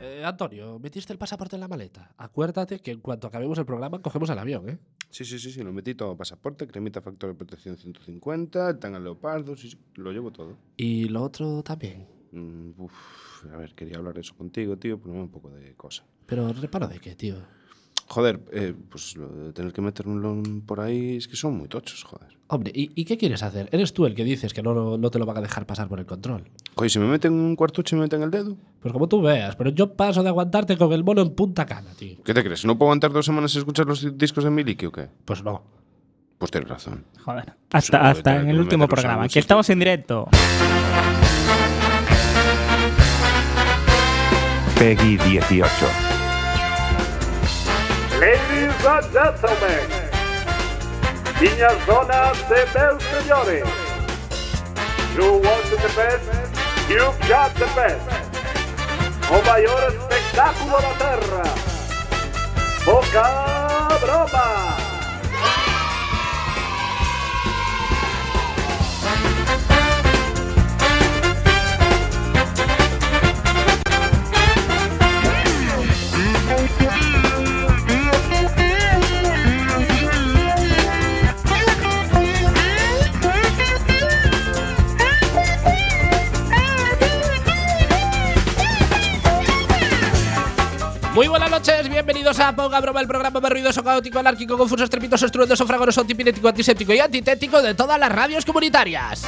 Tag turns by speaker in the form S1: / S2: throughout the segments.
S1: Eh, Antonio, metiste el pasaporte en la maleta. Acuérdate que en cuanto acabemos el programa cogemos el avión, ¿eh?
S2: Sí, sí, sí, sí, lo metí todo. Pasaporte, cremita factor de protección 150, tan al leopardo, sí, sí, lo llevo todo.
S1: Y lo otro también.
S2: Mm, uf, a ver, quería hablar de eso contigo, tío, pero me da un poco de cosa.
S1: Pero reparo de qué, tío.
S2: Joder, eh, pues lo de tener que meter un lon por ahí es que son muy tochos, joder.
S1: Hombre, ¿y, y qué quieres hacer? Eres tú el que dices que no, lo- no te lo van a dejar pasar por el control.
S2: Oye, si me meten un cuartucho y me meten el dedo.
S1: Pues como tú veas, pero yo paso de aguantarte con el mono en punta cana, tío.
S2: ¿Qué te crees? ¿No puedo aguantar dos semanas y escuchar los discos de Miliki o qué?
S1: Pues no.
S2: Pues tienes razón.
S3: Joder,
S1: Pues,
S2: Seguro que
S3: hasta, hasta
S2: tengo
S3: en
S2: que
S3: el último
S2: meter los
S3: programa.
S2: anuncios,
S3: Que estamos en directo.
S4: Peggy 18.
S5: Ladies and gentlemen, niñas, donas y bells señores. You want the best, you've got the best. O mayor espectáculo de la tierra. Poca broma.
S1: Muy buenas noches, bienvenidos a Ponga Broma, el programa más ruidoso, caótico, anárquico, confuso, estrepitoso, estruendoso, fragoroso, antipinético, antiséptico y antitético de todas las radios comunitarias.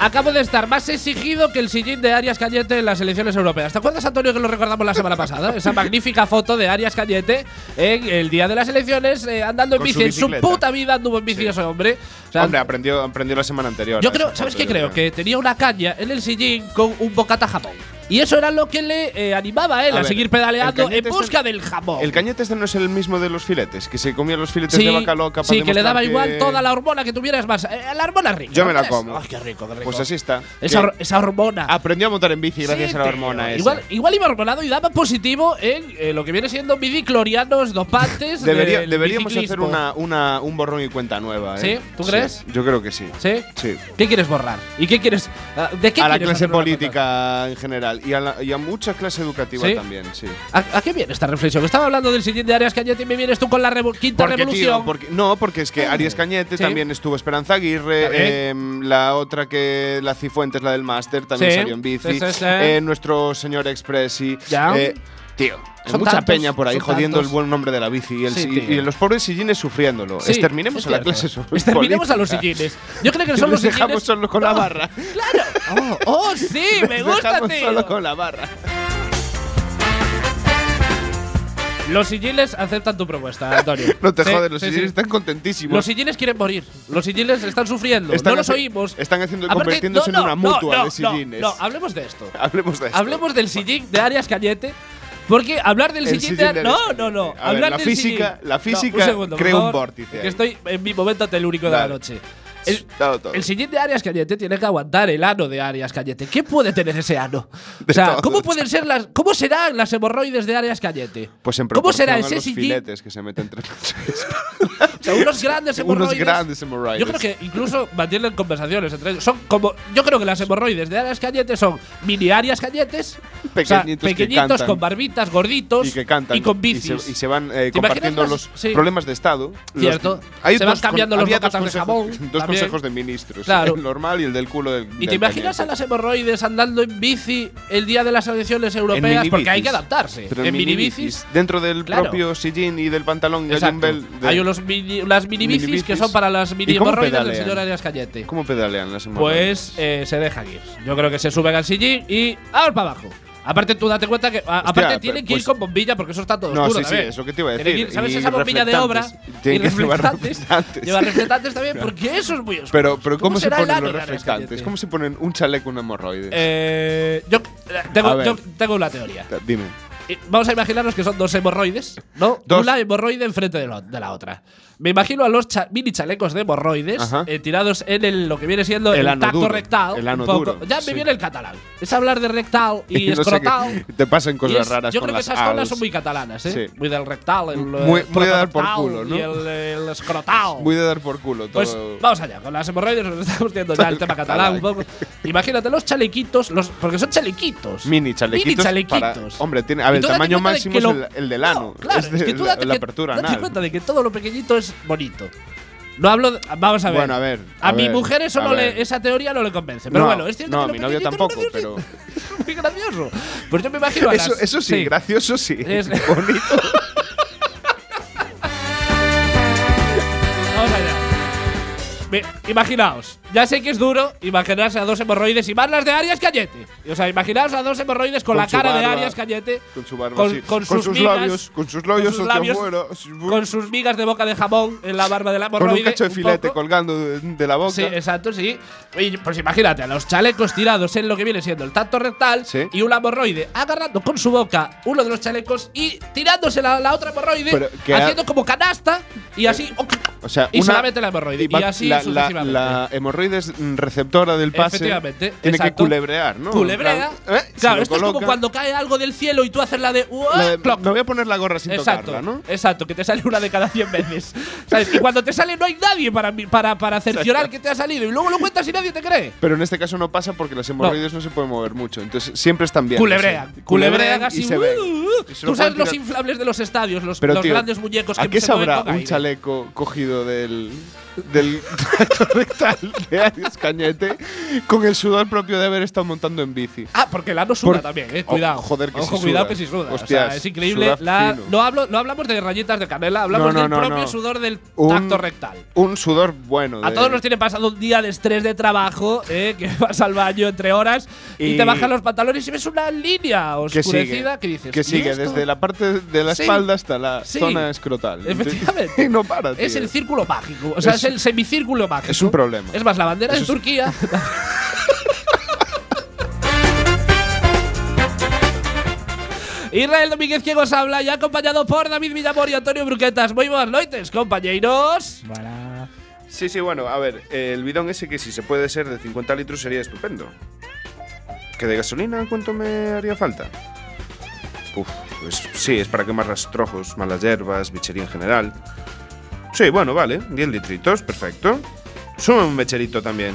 S1: Acabo de estar más exigido que el sillín de Arias Cañete en las elecciones europeas. ¿Te acuerdas, Antonio, que lo recordamos la semana pasada? Esa magnífica foto de Arias Cañete en el día de las elecciones eh, andando en
S2: Con
S1: bici.
S2: su
S1: en su
S2: bicicleta.
S1: puta vida anduvo en bici
S2: Sí.
S1: ese hombre. O sea,
S2: Hombre, aprendió, aprendió la semana anterior. ¿eh?
S1: yo
S2: a
S1: creo,
S2: esa
S1: ¿sabes qué
S2: foto, yo
S1: creo? Que tenía una caña en el sillín con un bocata jamón. Y eso era lo que le eh, animaba a él
S2: A
S1: a,
S2: ver,
S1: seguir
S2: el
S1: pedaleando
S2: cañete
S1: en
S2: este-
S1: busca del jamón.
S2: El cañete este no es el mismo de los filetes, que se comía los filetes
S1: sí,
S2: de vaca loca para
S1: sí, que le daba
S2: demostrar
S1: igual
S2: que-
S1: toda la hormona que tuvieras más. Eh, la hormona rica.
S2: Yo me
S1: ¿no?
S2: la como.
S1: Ay, qué rico, qué rico.
S2: Pues así está.
S1: Esa,
S2: que
S1: hor- esa hormona.
S2: Aprendió a montar en bici gracias
S1: Sí,
S2: a la
S1: tío.
S2: hormona esa.
S1: Igual, igual iba hormonado y daba positivo en eh, lo que viene siendo midiclorianos dopantes.
S2: Debería-
S1: del
S2: deberíamos hacer
S1: biciclismo.
S2: una, una- un borrón y cuenta nueva. ¿eh?
S1: ¿Sí? ¿Tú crees?
S2: Yo creo que sí.
S1: ¿Sí?
S2: Sí.
S1: ¿Qué quieres borrar? ¿Y qué quieres.? ah, ¿De qué
S2: a la
S1: quieres
S2: clase
S1: hacer una
S2: política en general y a, la- y a mucha clase educativa
S1: ¿Sí?
S2: también, sí.
S1: ¿A, a qué viene esta reflexión? Estaba hablando del sillín de Arias Cañete y me vienes tú con la revo- quinta
S2: Porque, tío,
S1: revolución.
S2: porque- no, porque es que Arias Cañete
S1: Sí.
S2: también estuvo Esperanza Aguirre,
S1: También.
S2: em, la otra que la Cifuentes, la del máster, también
S1: Sí.
S2: salió en bici,
S1: Sí, sí, sí.
S2: eh, nuestro señor Expressi.
S1: Ya.
S2: eh, tío, hay
S1: Son
S2: mucha
S1: tantos,
S2: peña por ahí
S1: son
S2: jodiendo
S1: tantos.
S2: el buen nombre de la bici y, el
S1: Sí,
S2: si-
S1: tío.
S2: y los pobres sillines sufriéndolo.
S1: Sí,
S2: Exterminemos
S1: es
S2: a la
S1: cierto.
S2: clase sobre-
S1: Exterminemos a los
S2: política.
S1: sillines. Yo creo que
S2: Y
S1: son los
S2: les dejamos
S1: sillines.
S2: solo con la barra.
S1: ¡Claro! ¡Oh, oh, sí! ¡Me
S2: Les
S1: gusta,
S2: dejamos solo
S1: tío!
S2: con la barra.
S1: Los sillines aceptan tu propuesta, Antonio.
S2: No te
S1: Sí,
S2: jodes, los
S1: sí, sí.
S2: sillines están contentísimos.
S1: Los sillines quieren morir. Los sillines están sufriendo.
S2: Están
S1: no los
S2: haci-
S1: oímos.
S2: están haciendo-
S1: Aparte-
S2: convirtiéndose en una mutua de
S1: no,
S2: sillines.
S1: No, hablemos de esto.
S2: Hablemos de esto.
S1: Hablemos del sillín de Arias Cañete. Porque hablar del
S2: El
S1: sillín,
S2: sillín
S1: de
S2: de
S1: No,
S2: Arias
S1: no, no.
S2: Cañete. A ver,
S1: Hablar
S2: la
S1: del
S2: física-
S1: sillín-
S2: la física
S1: por
S2: crea un
S1: favor,
S2: vórtice
S1: Que
S2: ahí.
S1: estoy en mi momento telúrico de la
S2: Dale.
S1: noche. El,
S2: Dalo todo.
S1: el sillín de Arias Cañete tiene que aguantar el ano de Arias Cañete. ¿Qué puede tener ese ano? O sea,
S2: todo.
S1: ¿cómo pueden ser las cómo serán las hemorroides de Arias Cañete?
S2: Pues en
S1: ¿Cómo será
S2: proporción a
S1: ese
S2: los
S1: sillín?
S2: filetes que se meten entre
S1: O sea, unos grandes hemorroides.
S2: Unos grandes hemorroides.
S1: Yo creo que incluso mantienen conversaciones entre ellos. Son como. Yo creo que las hemorroides de Arias Cañete son mini Arias Cañetes. o sea,
S2: Pequeñitos que
S1: pequeñitos
S2: cantan.
S1: con barbitas, gorditos.
S2: y que cantan
S1: y con
S2: y
S1: bicis.
S2: se, y se van eh,
S1: ¿Te imaginas
S2: compartiendo
S1: las-
S2: los
S1: sí.
S2: problemas de estado. Los-
S1: Cierto. Se van
S2: otros con-
S1: cambiando los
S2: había dos
S1: bocatas de
S2: consejos-
S1: jamón,
S2: Dos
S1: también.
S2: consejos de ministros.
S1: Claro.
S2: El normal y el del culo del.
S1: ¿Y te imaginas a las hemorroides andando en bici el día de las elecciones europeas?
S2: europeas
S1: Porque hay que adaptarse. en minibicis.
S2: Dentro del
S1: Claro.
S2: propio sillín y del pantalón y hay un
S1: Exacto.
S2: bel. de-
S1: Hay unos mini, unas minibicis que
S2: Minibicis.
S1: son para las mini
S2: ¿Y cómo
S1: hemorroides del
S2: pedalean?
S1: señor Arias Cañete.
S2: ¿Cómo pedalean las hemorroides?
S1: Pues eh, se dejan ir. Yo creo que se suben al sillín y ¡vamos para abajo! Aparte, tú date cuenta que. a- aparte,
S2: pero,
S1: tienen que ir
S2: pues-
S1: con bombilla porque eso está todo
S2: No,
S1: oscuro.
S2: sí, sí,
S1: también.
S2: es lo que te iba a
S1: Tienen que
S2: decir.
S1: ir- ¿Sabes
S2: Y
S1: esa bombilla de obra?
S2: reflectantes.
S1: Y
S2: Tienen que llevar
S1: reflectantes.
S2: reflectantes.
S1: Lleva reflectantes también porque eso es muy oscuro.
S2: Pero, pero ¿cómo, se
S1: será el
S2: ponen
S1: ano
S2: los
S1: de Arias
S2: reflectantes?
S1: Cañete?
S2: ¿Cómo se ponen un chaleco, una hemorroide?
S1: Eh, yo, eh, tengo,
S2: A ver.
S1: yo tengo una teoría.
S2: Dime.
S1: Eh, Vamos a imaginarnos que son dos hemorroides, ¿no?
S2: Dos.
S1: Una hemorroide enfrente de, lo- de la otra. Me imagino a los cha- mini chalecos de hemorroides
S2: Ajá.
S1: eh, tirados en el, lo que viene siendo
S2: El
S1: el,
S2: ano
S1: tacto
S2: duro,
S1: rectal.
S2: el
S1: un
S2: ano
S1: poco.
S2: duro,
S1: Ya
S2: sí.
S1: me viene el catalán. Es hablar de rectal y,
S2: no sé qué-
S1: escrotal.
S2: te pasan
S1: Y
S2: cosas
S1: es-
S2: raras
S1: Yo
S2: con
S1: creo que
S2: las
S1: esas zonas
S2: als.
S1: son muy catalanas, ¿eh?
S2: Sí.
S1: Muy del rectal, el
S2: Muy-
S1: eh,
S2: muy de dar por
S1: protorectal
S2: culo, ¿no?
S1: Y el, el escrotal.
S2: Muy de dar por culo todo.
S1: Pues vamos allá, con las hemorroides nos estamos viendo ya el tema catalán un poco. Imagínate los chalequitos, los, porque son chalequitos.
S2: Mini chalequitos.
S1: Mini
S2: para-
S1: chalequitos.
S2: hombre, tiene, a
S1: Y
S2: ver, el
S1: tú date
S2: tamaño
S1: cuenta de
S2: máximo
S1: que
S2: es
S1: lo-
S2: el, el del
S1: No,
S2: ano.
S1: claro,
S2: es,
S1: es,
S2: de-
S1: que tú
S2: la,
S1: date,
S2: la
S1: que-
S2: apertura
S1: date
S2: anal.
S1: cuenta de que todo lo pequeñito es bonito. No hablo. de- vamos a ver.
S2: Bueno, a ver,
S1: A,
S2: a
S1: mi
S2: ver,
S1: mujer eso
S2: a
S1: no le,
S2: ver.
S1: esa teoría no le convence. Pero
S2: No,
S1: bueno, es cierto
S2: no,
S1: que
S2: a
S1: lo
S2: mi novio
S1: pequeñito
S2: tampoco,
S1: es gracioso. Muy gracioso. Pues yo me imagino a
S2: Eso,
S1: las-
S2: eso sí, gracioso sí.
S1: Es-
S2: Bonito.
S1: Vamos allá. Me- imaginaos, ya sé que es duro imaginarse a dos hemorroides y más las de Arias Cañete. O sea, imaginaos a dos hemorroides con,
S2: Con
S1: la
S2: su
S1: cara de
S2: barba,
S1: Arias Cañete.
S2: Con su barba,
S1: con,
S2: sí.
S1: con
S2: Con
S1: sus,
S2: sus
S1: migas,
S2: labios, con sus labios,
S1: sus
S2: hostia,
S1: labios,
S2: bueno.
S1: con sus migas de boca de jamón en la barba de la
S2: Con
S1: hemorroide.
S2: un cacho de
S1: un
S2: filete
S1: poco.
S2: colgando de, de la boca.
S1: Sí, exacto, sí. Y, pues imagínate, a los chalecos tirados en lo que viene siendo el tacto rectal
S2: Sí.
S1: y un hemorroide agarrando con su boca uno de los chalecos y tirándose la, la otra hemorroide,
S2: Pero que ha- Eh,
S1: haciendo como canasta y así.
S2: O sea,
S1: y se
S2: una-
S1: la mete la hemorroide.
S2: va-
S1: Y así
S2: la, la,
S1: sucesivamente.
S2: la hemorroides mm, receptora del pase
S1: Efectivamente,
S2: tiene que
S1: exacto.
S2: culebrear, ¿no?
S1: Culebrea.
S2: En plan, eh, se
S1: claro,
S2: lo
S1: esto es como
S2: coloca.
S1: cuando cae algo del cielo y tú haces la de. "Uah,
S2: La de-
S1: clock".
S2: me voy a poner la gorra sin
S1: Exacto,
S2: tocarla, ¿no?
S1: exacto, que te sale una de cada 100 veces. ¿Sabes? Y cuando te sale no hay nadie para, mi- para, para cerciorar que te ha salido y luego lo cuentas y nadie te cree.
S2: Pero en este caso no pasa porque las hemorroides no, se pueden mover mucho. Entonces siempre están bien.
S1: Culebrean, culebrean así.
S2: Y se
S1: uh,
S2: ven.
S1: uh.
S2: Y se
S1: Tú
S2: lo
S1: sabes
S2: pueden
S1: los
S2: tirar.
S1: inflables de los estadios, los,
S2: Pero,
S1: los
S2: tío,
S1: grandes muñecos
S2: ¿A
S1: que
S2: qué
S1: se mueven
S2: sabrá
S1: con
S2: un
S1: aire?
S2: chaleco cogido del. del tracto rectal de Arias Cañete con el sudor propio de haber estado montando en bici?
S1: Ah, porque la no suda
S2: Por-
S1: también, eh.
S2: Oh,
S1: Cuidado.
S2: joder, que
S1: Ojo,
S2: sí
S1: cuidado
S2: suda.
S1: que sí suda. O sea,
S2: Hostias,
S1: es increíble.
S2: suda
S1: La-
S2: fino.
S1: no, hablo, no hablamos de rayitas de canela, hablamos
S2: No, no,
S1: del
S2: no,
S1: propio
S2: no.
S1: sudor del
S2: Un-
S1: tacto rectal.
S2: Un sudor bueno.
S1: A
S2: de-
S1: todos nos tiene pasado un día de estrés de trabajo, eh, que vas al baño entre horas y,
S2: Y-
S1: te bajan los pantalones y ves una línea
S2: que sigue,
S1: oscurecida que dices.
S2: que
S1: "¿Y
S2: sigue
S1: esto?".
S2: desde la parte de la
S1: Sí.
S2: espalda hasta la
S1: Sí.
S2: zona escrotal.
S1: Efectivamente.
S2: y no para,
S1: Es
S2: tío.
S1: el círculo mágico, o sea, es,
S2: Es-
S1: el semicírculo mágico.
S2: es un problema.
S1: Es más, la bandera
S2: Eso
S1: de
S2: es-
S1: Turquía. Israel Domínguez Ciego os habla y acompañado por David Villamor y Antonio Bruquetas. Muy buenas noches, compañeros.
S2: Sí, sí, bueno, a ver, eh, el bidón ese que si se puede ser de 50 litros sería estupendo. ¿Que de gasolina cuánto me haría falta? Uf, pues sí, es para quemar rastrojos, malas hierbas, bichería en general. Sí, bueno, vale, 10 litritos, perfecto. Suma un mecherito también.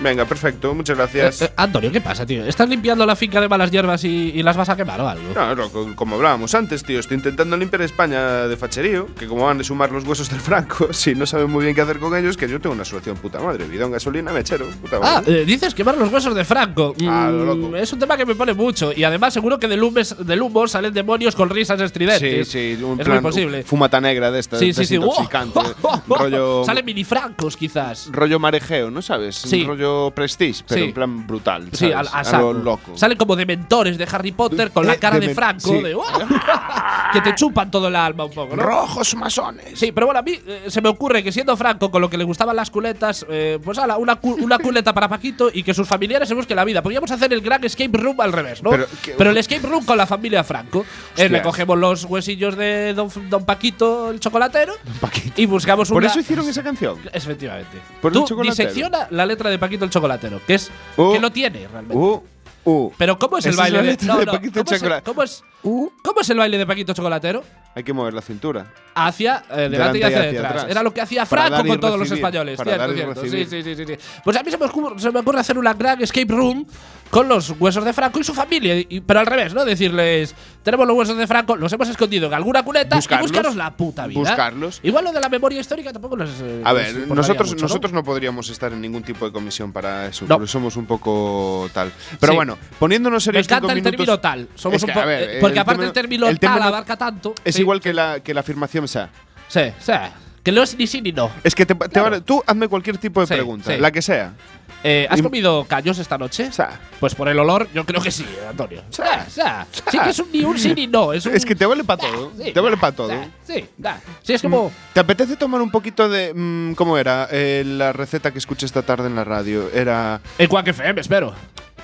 S2: Venga, perfecto, muchas
S1: Eh,
S2: gracias.
S1: eh, Antonio, ¿qué pasa, tío? ¿Estás limpiando la finca de malas hierbas y, y las vas a quemar o algo?
S2: No, no, co- como hablábamos antes, tío, estoy intentando limpiar España de facherío, que como van a sumar los huesos del Franco, si no saben muy bien qué hacer con ellos, que yo tengo una solución, puta madre, bidón, gasolina, mechero, puta madre.
S1: Ah, eh, dices quemar los huesos de Franco.
S2: Ah,
S1: Mm,
S2: lo loco.
S1: Es un tema que me pone mucho. Y además, seguro que del, humes- del humo salen demonios con risas
S2: Sí,
S1: estridentes.
S2: sí, un
S1: es
S2: plan
S1: muy posible.
S2: Fumata negra de esta,
S1: Sí, sí, sí.
S2: desintoxicante, eh, rollo
S1: Salen mini francos, quizás.
S2: rollo marejeo, ¿no sabes?
S1: Sí.
S2: Rollo prestige, pero
S1: Sí.
S2: en plan brutal,
S1: Sí, al,
S2: ¿sabes?
S1: a
S2: lo
S1: saco.
S2: loco.
S1: Salen como dementores de Harry Potter con
S2: Eh,
S1: la cara de,
S2: demen-
S1: Franco.
S2: sí.
S1: de, que te chupan todo el alma un poco, ¿no?
S2: Rojos masones.
S1: Sí, pero bueno, a mí eh, se me ocurre que siendo franco con lo que le gustaban las culetas, eh, pues ala, una, cu- una culeta para Paquito y que sus familiares se busquen la vida. Podríamos hacer el gran escape room al revés, ¿no?
S2: Pero que-
S1: el escape room con la familia Franco. Eh, le
S2: Hostias.
S1: cogemos los huesillos de don, don Paquito, el chocolatero,
S2: Paquito.
S1: y buscamos
S2: Por
S1: una…
S2: eso hicieron esa canción.
S1: Efectivamente.
S2: Por el
S1: Tú
S2: chocolatero.
S1: disecciona la letra de Paquito el chocolatero, que es…
S2: Oh.
S1: que no tiene realmente.
S2: Uh, uh.
S1: Pero ¿cómo es el
S2: Esa es
S1: baile
S2: la
S1: de,
S2: letra de Paquito el
S1: ¿cómo, es el,
S2: Chocola-
S1: cómo es-
S2: Uh.
S1: cómo es el baile de Paquito Chocolatero?
S2: Hay que mover la cintura.
S1: hacia eh, delante y hacia, detrás. Era lo que hacía
S2: Para
S1: Franco
S2: dar y
S1: con todos los
S2: recibir,
S1: españoles.
S2: para
S1: cierto,
S2: dar y
S1: cierto. Sí,
S2: recibir.
S1: sí, sí, sí, sí. Pues a mí se me, ocurre, se me ocurre hacer una gran escape room con los huesos de Franco y su familia. y- pero al revés, ¿no? Decirles, tenemos los huesos de Franco, los hemos escondido en alguna culeta
S2: Buscarlos.
S1: y buscaros la puta vida.
S2: Buscarlos.
S1: Igual lo de la memoria histórica tampoco les eh,
S2: A
S1: les
S2: ver,
S1: importaría
S2: nosotros,
S1: mucho, ¿no?
S2: nosotros ¿no? podríamos estar en ningún tipo de comisión para eso,
S1: No.
S2: porque somos un poco tal. Pero
S1: Sí.
S2: bueno, poniéndonos
S1: Me
S2: serios cinco
S1: encanta el
S2: minutos-
S1: término tal. Somos
S2: Es que,
S1: un po-
S2: a ver,
S1: eh, porque
S2: el
S1: aparte el término, tal
S2: no-
S1: abarca tanto.
S2: Es
S1: Sí,
S2: igual que la, que la afirmación esa.
S1: Sí, sí. Que no es ni sí ni no.
S2: Es que te, te van a- tú hazme cualquier tipo de
S1: Sí,
S2: pregunta,
S1: sí.
S2: la que sea.
S1: Eh, ¿Has
S2: Im-
S1: comido callos esta noche?
S2: O sea,
S1: Pues por el olor, yo creo que sí, Antonio. O sea, o sea, sí que es un ni un sí ni no. Es, un-
S2: es que te vale para
S1: Ah,
S2: todo.
S1: sí,
S2: te vale para
S1: o
S2: todo.
S1: sea, Sí, da. Sí, es como.
S2: ¿Te apetece tomar un poquito de. mm, ¿Cómo era? Eh, la receta que escuché esta tarde en la radio. Era.
S1: En Quack FM, espero.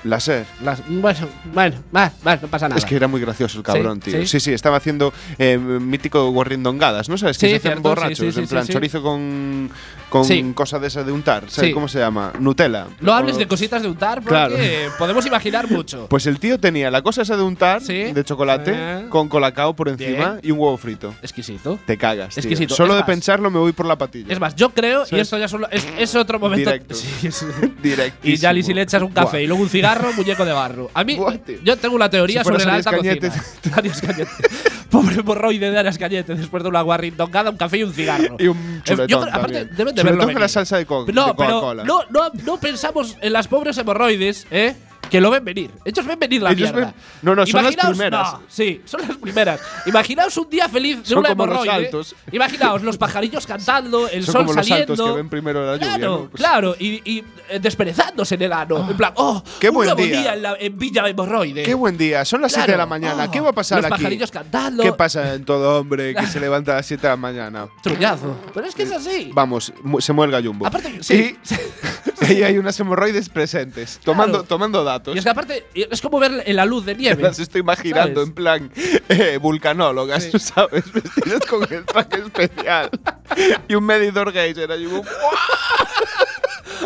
S2: La SER.
S1: Las- bueno, bueno, más, más, no pasa nada.
S2: Es que era muy gracioso el cabrón,
S1: Sí,
S2: tío.
S1: sí.
S2: Sí, sí, estaba haciendo eh, mítico guarrindongadas, ¿no sabes? Que
S1: Sí,
S2: se hacían
S1: cierto, sí,
S2: borrachos,
S1: sí, sí,
S2: en
S1: sí,
S2: plan
S1: sí.
S2: chorizo con, con
S1: Sí.
S2: cosa de esa de untar, ¿sabes
S1: Sí.
S2: cómo se llama? Nutella.
S1: no hables
S2: O-
S1: de cositas de untar porque
S2: Claro.
S1: podemos imaginar mucho.
S2: Pues el tío tenía la cosa esa de untar
S1: Sí.
S2: de chocolate
S1: Ah.
S2: con colacao por encima
S1: Bien.
S2: y un huevo frito.
S1: Exquisito.
S2: Te cagas. tío.
S1: Exquisito.
S2: Solo
S1: Es
S2: de
S1: más-
S2: pensarlo me voy por la patilla.
S1: Es más, yo creo, y
S2: ¿Sabes?
S1: esto ya solo es, es otro momento.
S2: Directo.
S1: Sí, es-
S2: Directísimo.
S1: y ya ni si le echas un café
S2: Buah.
S1: y luego un cigarro, muñeco de barro. A mí,
S2: Buah, tío.
S1: yo tengo una teoría
S2: Si
S1: sobre
S2: fueras
S1: la
S2: Arias
S1: alta
S2: Cañete.
S1: cocina. Arias Cañete. Pobre borroide de Arias Cañete después de una guarrindongada, un café y un cigarro.
S2: Y un
S1: Es- yo
S2: chuletón
S1: creo- aparte, deben
S2: también.
S1: de
S2: Chuletón
S1: verlo
S2: con
S1: venir.
S2: la salsa de co-
S1: No,
S2: de
S1: pero
S2: Coca-Cola.
S1: no, no, no pensamos en las pobres hemorroides, ¿eh? Que lo ven venir. Ellos ven venir la
S2: Ellos
S1: mierda.
S2: ven- no, no, son las
S1: Imaginaos-
S2: primeras.
S1: no, sí, son las primeras. Imaginaos un día feliz de
S2: Son
S1: una
S2: como los
S1: hemorroide.
S2: saltos.
S1: Imaginaos los pajarillos cantando, el
S2: Son
S1: sol
S2: como los
S1: saliendo.
S2: saltos que ven primero la lluvia,
S1: Claro,
S2: ¿no? Pues-
S1: claro. Y, y, eh, desperezándose en el ano. en plan, oh,
S2: Ah. Qué
S1: un
S2: buen
S1: nuevo día,
S2: día.
S1: en, la- en Villa Hemorroide.
S2: Qué buen día, son las 7
S1: Claro.
S2: de la mañana.
S1: Oh,
S2: ¿Qué va a pasar
S1: los
S2: aquí?
S1: pajarillos cantando.
S2: ¿Qué pasa en todo hombre que se levanta a las 7 de la mañana?
S1: Trullazo. Pero es que es así.
S2: Vamos, mu- se mueve el gallumbo.
S1: Aparte que- sí.
S2: Y ahí hay unas hemorroides presentes, tomando,
S1: Claro.
S2: tomando datos.
S1: Y es que aparte, es como ver la luz de
S2: Me
S1: nieve.
S2: las estoy imaginando
S1: ¿Sabes?
S2: en plan eh, vulcanólogas, ¿sabes? Vestidas con el traje especial y un medidor geyser. ahí, un-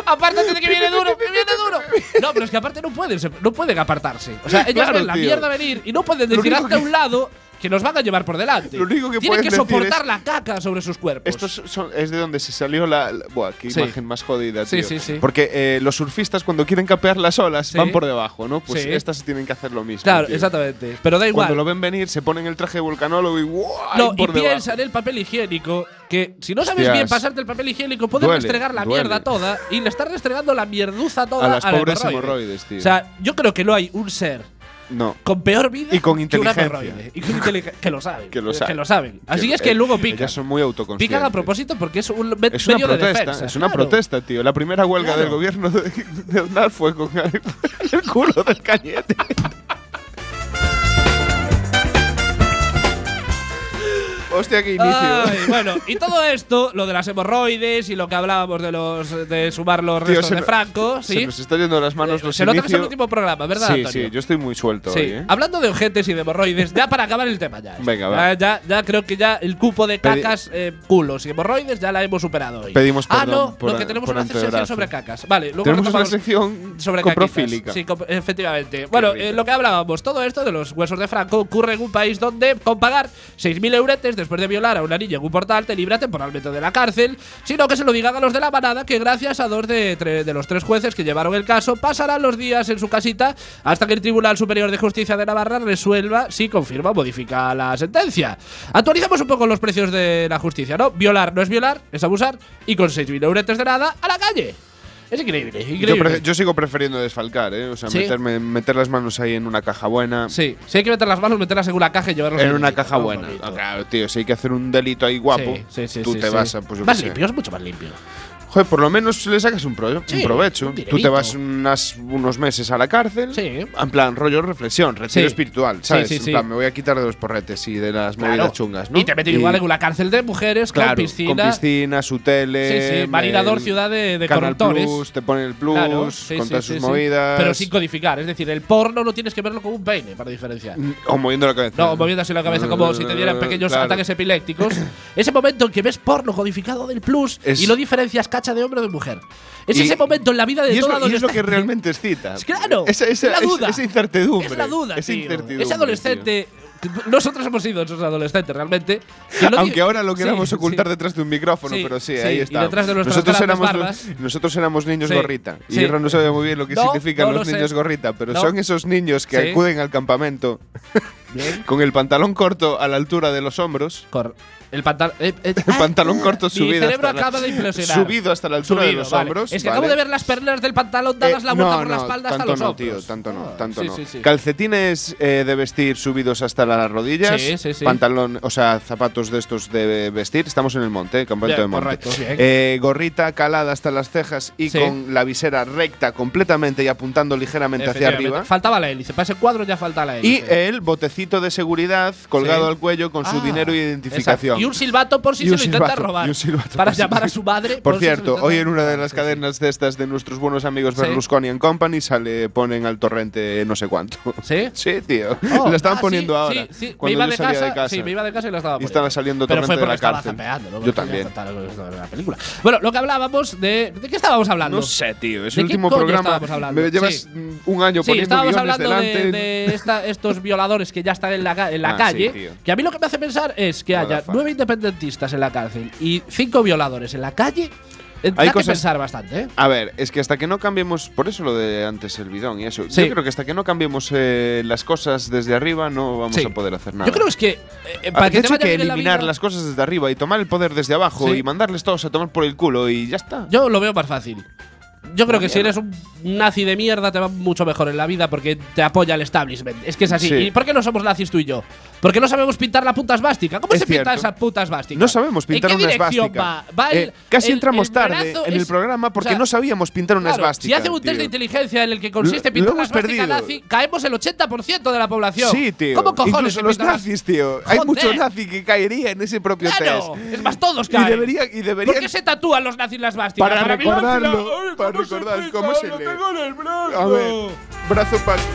S1: Apártate de que viene duro, que viene duro. No, pero es que aparte no pueden, se- no pueden apartarse. O sea, ellos
S2: Claro,
S1: ven la
S2: tío.
S1: mierda venir y no pueden
S2: Lo
S1: decir
S2: único
S1: hasta
S2: que-
S1: un lado que nos van a llevar por delante.
S2: Lo único que
S1: Tienen
S2: pueden
S1: que
S2: decir
S1: soportar
S2: es-
S1: la caca sobre sus cuerpos.
S2: Esto es- son- es de donde se salió la. la- buah, qué
S1: Pues- Sí.
S2: imagen más jodida,
S1: Sí,
S2: tío.
S1: sí, sí.
S2: Porque eh, los surfistas, cuando quieren capear las olas,
S1: Sí.
S2: van por debajo, ¿no? Pues
S1: Sí.
S2: estas tienen que hacer lo mismo.
S1: claro,
S2: tío.
S1: exactamente. Pero da igual.
S2: Cuando lo ven venir, se ponen el traje de vulcanólogo y ¡guau!
S1: No, y
S2: por debajo.
S1: piensa en el papel higiénico, que si no sabes
S2: Hostias.
S1: bien pasarte el papel higiénico, puedes
S2: Duele,
S1: restregar la
S2: duele.
S1: mierda toda y le estás restregando la mierduza toda
S2: A las
S1: la
S2: pobres
S1: hemorroide.
S2: hemorroides, tío.
S1: O sea, yo creo que no hay un ser
S2: No.
S1: con peor vida
S2: Y con
S1: que una
S2: inteligencia.
S1: hemorroide. Y con inteligencia. que lo saben.
S2: Que lo saben.
S1: saben. Así es que
S2: eh,
S1: luego pican.
S2: Ellas son muy autoconscientes.
S1: Pican a propósito porque es un me-
S2: Es una
S1: medio
S2: protesta,
S1: de defensa.
S2: es una
S1: claro.
S2: protesta, tío. La primera huelga
S1: Claro.
S2: del gobierno de, de Aznar fue con el, el culo del cañete. Hostia, qué inicio. ¿eh?
S1: Ay, bueno, y todo esto, lo de las hemorroides y lo que hablábamos de los de sumar los
S2: Tío,
S1: restos
S2: se
S1: de
S2: no-
S1: Franco,
S2: se
S1: ¿sí? Eh,
S2: nos está yendo de las manos los
S1: Se nota que es el
S2: inicios.
S1: último programa, ¿verdad,
S2: Sí,
S1: Antonio?
S2: sí, yo estoy muy suelto
S1: Sí. Ah, pues
S2: hoy, ¿eh?
S1: Hablando de ojetes y de hemorroides, ya para acabar el tema ya. ¿eh?
S2: Venga, va.
S1: Ya, ya, ya creo que ya el cupo de
S2: Pedi-
S1: cacas, eh, culos y hemorroides ya la hemos superado hoy.
S2: Pedimos
S1: Ah,
S2: perdón
S1: no,
S2: por
S1: lo que
S2: a-
S1: tenemos
S2: por
S1: una sección
S2: antebrazo.
S1: sobre cacas. Vale, luego
S2: Tenemos una
S1: retomamos
S2: sección
S1: sobre
S2: coprofílica.
S1: caquitas. Sí, com- efectivamente. Bueno,
S2: rico.
S1: eh, lo que hablábamos, todo esto de los huesos de Franco ocurre en un país donde con pagar 6.000 euretes después de violar a una niña en un portal te libra temporalmente de la cárcel, sino que se lo digan a los de la manada que gracias a dos de, tre- de los tres jueces que llevaron el caso pasarán los días en su casita hasta que el Tribunal Superior de Justicia de Navarra resuelva si confirma o modifica la sentencia. Actualizamos un poco los precios de la justicia, ¿no? Violar no es violar, es abusar y con 6.000 euretes de nada a la calle. Es increíble,
S2: Yo,
S1: increíble.
S2: pre- yo sigo prefiriendo desfalcar, ¿eh? O sea,
S1: Sí.
S2: meterme, meter las manos ahí en una caja buena.
S1: Sí, si hay que meter las manos, meterlas en una caja y llevarlas
S2: En
S1: al
S2: una
S1: sitio,
S2: caja
S1: ¿no?
S2: buena.
S1: Bonito.
S2: Ah, Claro, tío, si hay que hacer un delito ahí guapo,
S1: Sí, sí, sí,
S2: tú
S1: sí,
S2: te
S1: sí.
S2: vas a. Pues, yo qué
S1: más
S2: sé.
S1: limpio, es mucho más limpio.
S2: Joder, por lo menos le sacas un, pro-
S1: Sí,
S2: un provecho.
S1: un
S2: Tú te
S1: dinerito.
S2: vas unas- unos meses a la cárcel.
S1: Sí.
S2: En plan, rollo reflexión, retiro
S1: Sí.
S2: espiritual,
S1: Sí,
S2: ¿sabes?
S1: sí, sí.
S2: En plan, me voy a quitar de los porretes y de las
S1: Claro.
S2: movidas chungas, ¿no?
S1: Y te meten igual en una cárcel de mujeres
S2: Claro,
S1: con piscina.
S2: con piscina, su tele.
S1: Sí, sí, marinador,
S2: el
S1: ciudad de- de
S2: Canal
S1: corruptores.
S2: Plus, te ponen el plus,
S1: Claro, sí,
S2: con
S1: sí,
S2: todas
S1: sí,
S2: sus
S1: sí.
S2: movidas.
S1: Pero sin codificar, es decir, el porno no tienes que verlo con un peine para diferenciar.
S2: O moviendo la cabeza. Eh,
S1: No, moviendo así la cabeza como si te dieran pequeños
S2: Mm. Claro.
S1: ataques epilépticos. Ese momento en que ves porno codificado del plus
S2: Es-
S1: y no diferencias cacha de hombre o de mujer. Es
S2: Y-
S1: ese momento en la vida de
S2: Y es,
S1: todo
S2: lo, y es lo que
S1: adolescente.
S2: realmente excita.
S1: Es claro,
S2: Esa, esa-
S1: es la
S2: esa-
S1: duda.
S2: esa incertidumbre.
S1: Es la duda,
S2: Esa
S1: tío.
S2: incertidumbre,
S1: Ese adolescente. Nosotros hemos sido esos adolescentes, realmente. que no
S2: tío. Aunque
S1: di-
S2: ahora lo queramos
S1: Sí,
S2: ocultar
S1: sí.
S2: detrás de un micrófono,
S1: Sí,
S2: pero sí,
S1: sí,
S2: ahí
S1: y
S2: está.
S1: detrás de nuestras
S2: nosotros
S1: grandes
S2: éramos,
S1: barbas.
S2: los- nosotros éramos niños
S1: Sí,
S2: gorrita.
S1: sí.
S2: Y Ron no sabe muy bien lo que
S1: No,
S2: significan
S1: no
S2: los
S1: lo
S2: niños
S1: sé.
S2: gorrita, pero
S1: No.
S2: son esos niños que
S1: Sí.
S2: acuden al campamento con el pantalón corto a la altura de los hombros.
S1: Cor- el pantalón.
S2: El pantalón corto
S1: Ah.
S2: subido.
S1: Mi cerebro
S2: hasta la-
S1: acaba de implosionar.
S2: Subido hasta la altura de
S1: Subido,
S2: los
S1: vale.
S2: hombros.
S1: Es que
S2: ¿vale?
S1: acabo de ver las perlas del pantalón
S2: Eh,
S1: dadas la vuelta
S2: no,
S1: por la
S2: no,
S1: espalda
S2: tanto
S1: hasta los
S2: no,
S1: hombros.
S2: tío, tanto no,
S1: Ah.
S2: tanto
S1: Sí,
S2: no.
S1: sí, sí.
S2: Calcetines eh, de vestir subidos hasta las rodillas.
S1: Sí, sí, sí.
S2: Pantalón, o sea, zapatos de estos de vestir. Estamos en el monte, eh, campamento
S1: Bien,
S2: de monte.
S1: correcto, bien.
S2: Eh, gorrita calada hasta las cejas y
S1: Sí.
S2: con la visera recta completamente y apuntando ligeramente hacia
S1: Efectivamente.
S2: arriba.
S1: Faltaba la hélice. Para ese cuadro ya falta la
S2: Y
S1: hélice.
S2: el cinturito de seguridad colgado
S1: Sí.
S2: al cuello con su
S1: Ah,
S2: dinero e identificación.
S1: Exacto. Y un silbato por si
S2: Y
S1: se
S2: un
S1: lo intenta
S2: silbato,
S1: robar.
S2: y un silbato
S1: para
S2: por si-
S1: llamar a su madre.
S2: Por
S1: si se lo
S2: cierto,
S1: intenta
S2: hoy en una de
S1: robar.
S2: las
S1: Sí,
S2: cadenas de estas de nuestros buenos amigos
S1: Sí.
S2: Berlusconi and Company sale, ponen al torrente no sé cuánto.
S1: ¿Sí?
S2: Sí, tío.
S1: Oh,
S2: la están
S1: ah,
S2: poniendo
S1: sí,
S2: ahora.
S1: sí, sí.
S2: Cuando
S1: me iba
S2: yo
S1: de
S2: salía
S1: casa,
S2: de casa.
S1: Sí, me iba de casa y la estaba
S2: Y
S1: poniendo.
S2: estaba saliendo
S1: Pero fue
S2: Torrente de
S1: porque
S2: la
S1: estaba
S2: cárcel.
S1: zapeando, ¿no?
S2: Yo
S1: Porque ya
S2: también.
S1: está la- la película. Bueno, lo que hablábamos de… ¿De qué estábamos hablando?
S2: No sé, tío. Es
S1: ¿De
S2: el
S1: qué
S2: último
S1: coño
S2: programa.
S1: estábamos hablando?
S2: Me llevas
S1: Sí.
S2: mm, un año
S1: Sí,
S2: poniendo
S1: estábamos
S2: guiones
S1: hablando
S2: delante.
S1: de, de esta- estos violadores que ya están en la, ca- en la
S2: Ah, sí,
S1: calle.
S2: tío.
S1: que a mí lo que me hace pensar es que haya
S2: Motherfucker.
S1: nueve independentistas en la cárcel y cinco violadores en la calle. Hay
S2: Hay
S1: que
S2: cosas-
S1: pensar bastante, ¿eh?
S2: A ver, es que hasta que no cambiemos, por eso lo de antes el bidón y eso,
S1: Sí.
S2: yo creo que hasta que no cambiemos eh, las cosas desde arriba no vamos
S1: Sí.
S2: a poder hacer nada.
S1: Yo creo es que. eh, eh,
S2: Ah,
S1: para
S2: de
S1: que te
S2: hecho,
S1: vaya
S2: hay que
S1: bien en la
S2: eliminar
S1: vida-
S2: las cosas desde arriba y tomar el poder desde abajo
S1: Sí.
S2: y mandarles todos a tomar por el culo y ya está.
S1: Yo lo veo más fácil. Yo creo que si eres
S2: mierda.
S1: un nazi de mierda te va mucho mejor en la vida porque te apoya el establishment. Es que es así.
S2: Sí.
S1: ¿Y por qué no somos nazis tú y yo? Porque no sabemos pintar la puta esvástica. ¿Cómo
S2: Es
S1: se pinta
S2: cierto.
S1: esa puta esvástica?
S2: No sabemos pintar
S1: ¿En qué
S2: una
S1: dirección
S2: esvástica.
S1: va? Va
S2: Eh,
S1: el-
S2: casi
S1: el-
S2: entramos
S1: el
S2: tarde
S1: brazo
S2: en el
S1: es-
S2: programa porque
S1: o sea,
S2: no sabíamos pintar una
S1: claro,
S2: esvástica.
S1: Si hace un test de
S2: tío.
S1: inteligencia en el que consiste
S2: Lo-
S1: pintar
S2: lo
S1: una
S2: hemos
S1: esvástica
S2: perdido.
S1: nazi, caemos el 80% de la población.
S2: Sí, tío.
S1: ¿Cómo cojones
S2: Incluso
S1: se
S2: los
S1: pinta una-
S2: nazis, tío. Hay
S1: Joder.
S2: mucho nazi que caería en ese propio
S1: Claro,
S2: test.
S1: es más, todos
S2: Y
S1: caen.
S2: debería, y deberían-
S1: ¿Por qué se tatúan los nazis las esvástica?
S2: Para recordarlo,
S1: mirarla. Ay,
S2: para
S1: ¿cómo se
S2: recordar
S1: explica?
S2: cómo se
S1: Lo
S2: lee.
S1: tengo en el brazo.
S2: A ver, brazo para aquí.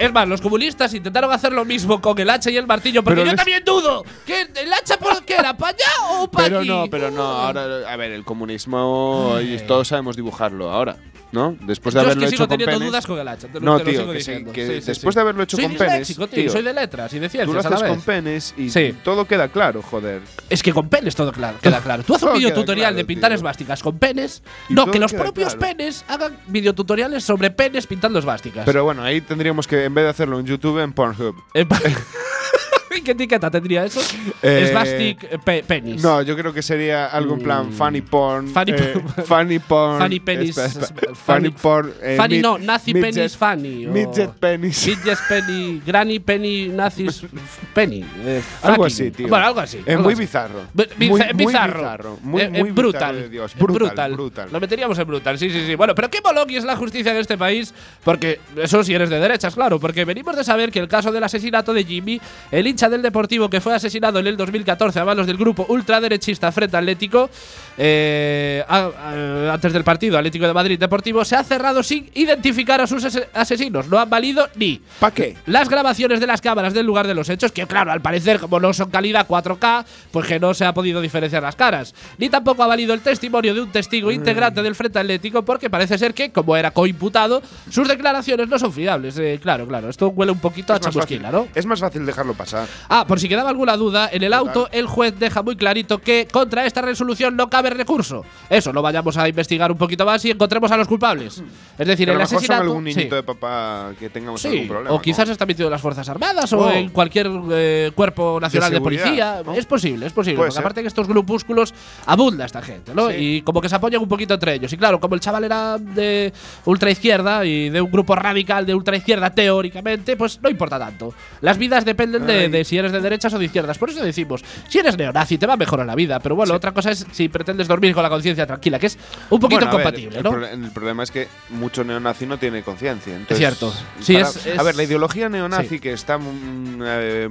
S1: Es más, los comunistas intentaron hacer lo mismo con el hacha y el martillo, porque
S2: Pero
S1: yo
S2: les-
S1: también dudo que el hacha por qué era para allá o para
S2: Pero no, pero no. Ahora, a ver, el comunismo y todos sabemos dibujarlo ahora, ¿no? Después de
S1: Yo es
S2: haberlo
S1: que
S2: hecho
S1: sigo
S2: con
S1: teniendo
S2: penes.
S1: dudas con el hacha. te lo-
S2: No,
S1: te lo
S2: tío,
S1: sigo
S2: que, sí,
S1: diciendo.
S2: que
S1: Sí, sí, sí.
S2: después de haberlo hecho
S1: soy
S2: con penes,
S1: disléxico, tío,
S2: tío,
S1: soy de letras y de ciencias.
S2: tú lo
S1: a la
S2: haces
S1: vez.
S2: con penes y
S1: Sí.
S2: todo queda claro, joder.
S1: Es que con penes todo claro, queda claro. Tú haces un
S2: Todo queda
S1: videotutorial
S2: claro,
S1: de pintar
S2: tío.
S1: esvásticas con penes.
S2: Y
S1: No,
S2: todo
S1: que los
S2: queda
S1: propios
S2: claro.
S1: penes hagan videotutoriales sobre penes pintando esvásticas.
S2: Pero bueno, ahí tendríamos que, en vez de hacerlo en YouTube, en Pornhub.
S1: En pa- ¿Qué etiqueta tendría eso?
S2: Eh,
S1: Svastic eh, pe- penis.
S2: No, yo creo que sería algo en plan funny porn.
S1: Funny
S2: eh,
S1: porn.
S2: funny porn.
S1: Funny penis,
S2: espera, espera,
S1: es- funny-
S2: Funny porn. eh,
S1: Fanny
S2: mid-
S1: no, nazi
S2: midget-
S1: penis Fanny. o-
S2: Midget penis.
S1: Midget penny, granny penny, nazis penny. eh,
S2: Algo
S1: fucking.
S2: así, tío.
S1: Bueno, algo así.
S2: Eh,
S1: algo
S2: muy
S1: así.
S2: bizarro.
S1: Bu- biza-
S2: Muy- muy
S1: bizarro.
S2: bizarro, muy-
S1: Eh, eh,
S2: muy
S1: brutal.
S2: bizarro de Dios.
S1: Eh,
S2: Brutal,
S1: brutal.
S2: brutal.
S1: Lo meteríamos en brutal, sí, sí, sí. Bueno, pero qué bolón es la justicia de este país, porque eso si eres de derechas, claro, porque venimos de saber que el caso del asesinato de Jimmy, el hincha del Deportivo que fue asesinado en el 2014 a manos del grupo ultraderechista Frente Atlético, eh, a- a- antes del partido Atlético de Madrid Deportivo, se ha cerrado sin identificar a sus ase- asesinos. No han valido ni
S2: ¿Pa' qué?
S1: las grabaciones de las cámaras del lugar de los hechos, que claro, al parecer como no son calidad 4K, pues que no se ha podido diferenciar las caras. Ni tampoco ha valido el testimonio de un
S2: Mm.
S1: testigo integrante del Frente Atlético, porque parece ser que, como era coimputado, sus declaraciones no son fiables. Eh, claro, claro, esto huele un poquito a
S2: Es más fácil-
S1: chamusquila, ¿no?
S2: Es más fácil dejarlo pasar.
S1: Ah, por si quedaba alguna duda, en el auto el juez deja muy clarito que contra esta resolución no cabe recurso. Eso, lo vayamos a investigar un poquito más y encontremos a los culpables. Es decir,
S2: Que a
S1: el
S2: lo mejor son
S1: asesinato…
S2: algún
S1: sí.
S2: niñito de papá que tengamos
S1: Sí,
S2: algún problema.
S1: o quizás
S2: ¿no?
S1: está metido en las Fuerzas Armadas o
S2: Oh.
S1: en cualquier eh, cuerpo nacional de,
S2: seguridad,
S1: policía.
S2: ¿no?
S1: Es posible, es posible.
S2: Puede
S1: porque
S2: ser.
S1: aparte que estos grupúsculos abunda esta gente, ¿no?
S2: Sí.
S1: Y como que se apoyan un poquito entre ellos. Y claro, como el chaval era de ultraizquierda y de un grupo radical de ultraizquierda teóricamente, pues no importa tanto. Las vidas dependen de,
S2: Ay.
S1: de si eres de derechas o de izquierdas. Por eso decimos, si eres neonazi te va mejor en la vida. Pero bueno, otra cosa es si pretendes dormir con la conciencia tranquila, que es un poquito
S2: Bueno, a ver,
S1: compatible,
S2: el
S1: ¿no?
S2: proble- El, problema es que mucho neonazi no tiene conciencia. entonces,
S1: Es cierto. Sí,
S2: para-
S1: es- es-
S2: A ver, la ideología neonazi
S1: Sí.
S2: que está mm, eh,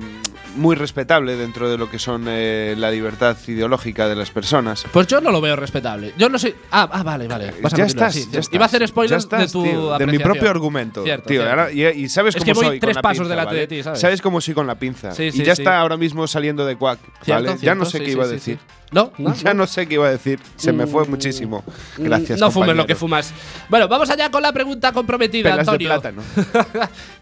S2: muy respetable dentro de lo que son eh, la libertad ideológica de las personas.
S1: Pues yo no lo veo respetable. Yo no sé. Ah, ah, vale, vale. Vas a
S2: Eh, ya
S1: continuar,
S2: estás,
S1: sí,
S2: ya
S1: sí. Iba a hacer
S2: estás,
S1: spoilers
S2: ya estás,
S1: de tu
S2: tío, de mi
S1: apreciación.
S2: propio argumento.
S1: Cierto,
S2: tío,
S1: cierto.
S2: ahora- y, y sabes
S1: Es
S2: cómo
S1: que voy
S2: soy
S1: tres
S2: con la
S1: pasos
S2: pinza,
S1: delante
S2: ¿vale?
S1: de ti, ¿sabes?
S2: cómo soy con la pinza.
S1: Sí,
S2: y
S1: sí,
S2: ya
S1: sí.
S2: está ahora mismo saliendo de cuac,
S1: Cierto,
S2: ¿vale? ya
S1: cierto,
S2: no sé
S1: sí,
S2: qué
S1: sí,
S2: iba a
S1: sí, sí.
S2: decir.
S1: No, no, Mm,
S2: Ya no sé qué iba a decir. Se me fue muchísimo. Gracias.
S1: No fumes lo que
S2: compañero.
S1: fumas. Bueno, vamos allá con la pregunta comprometida,
S2: Pelas de
S1: Antonio.
S2: plátano.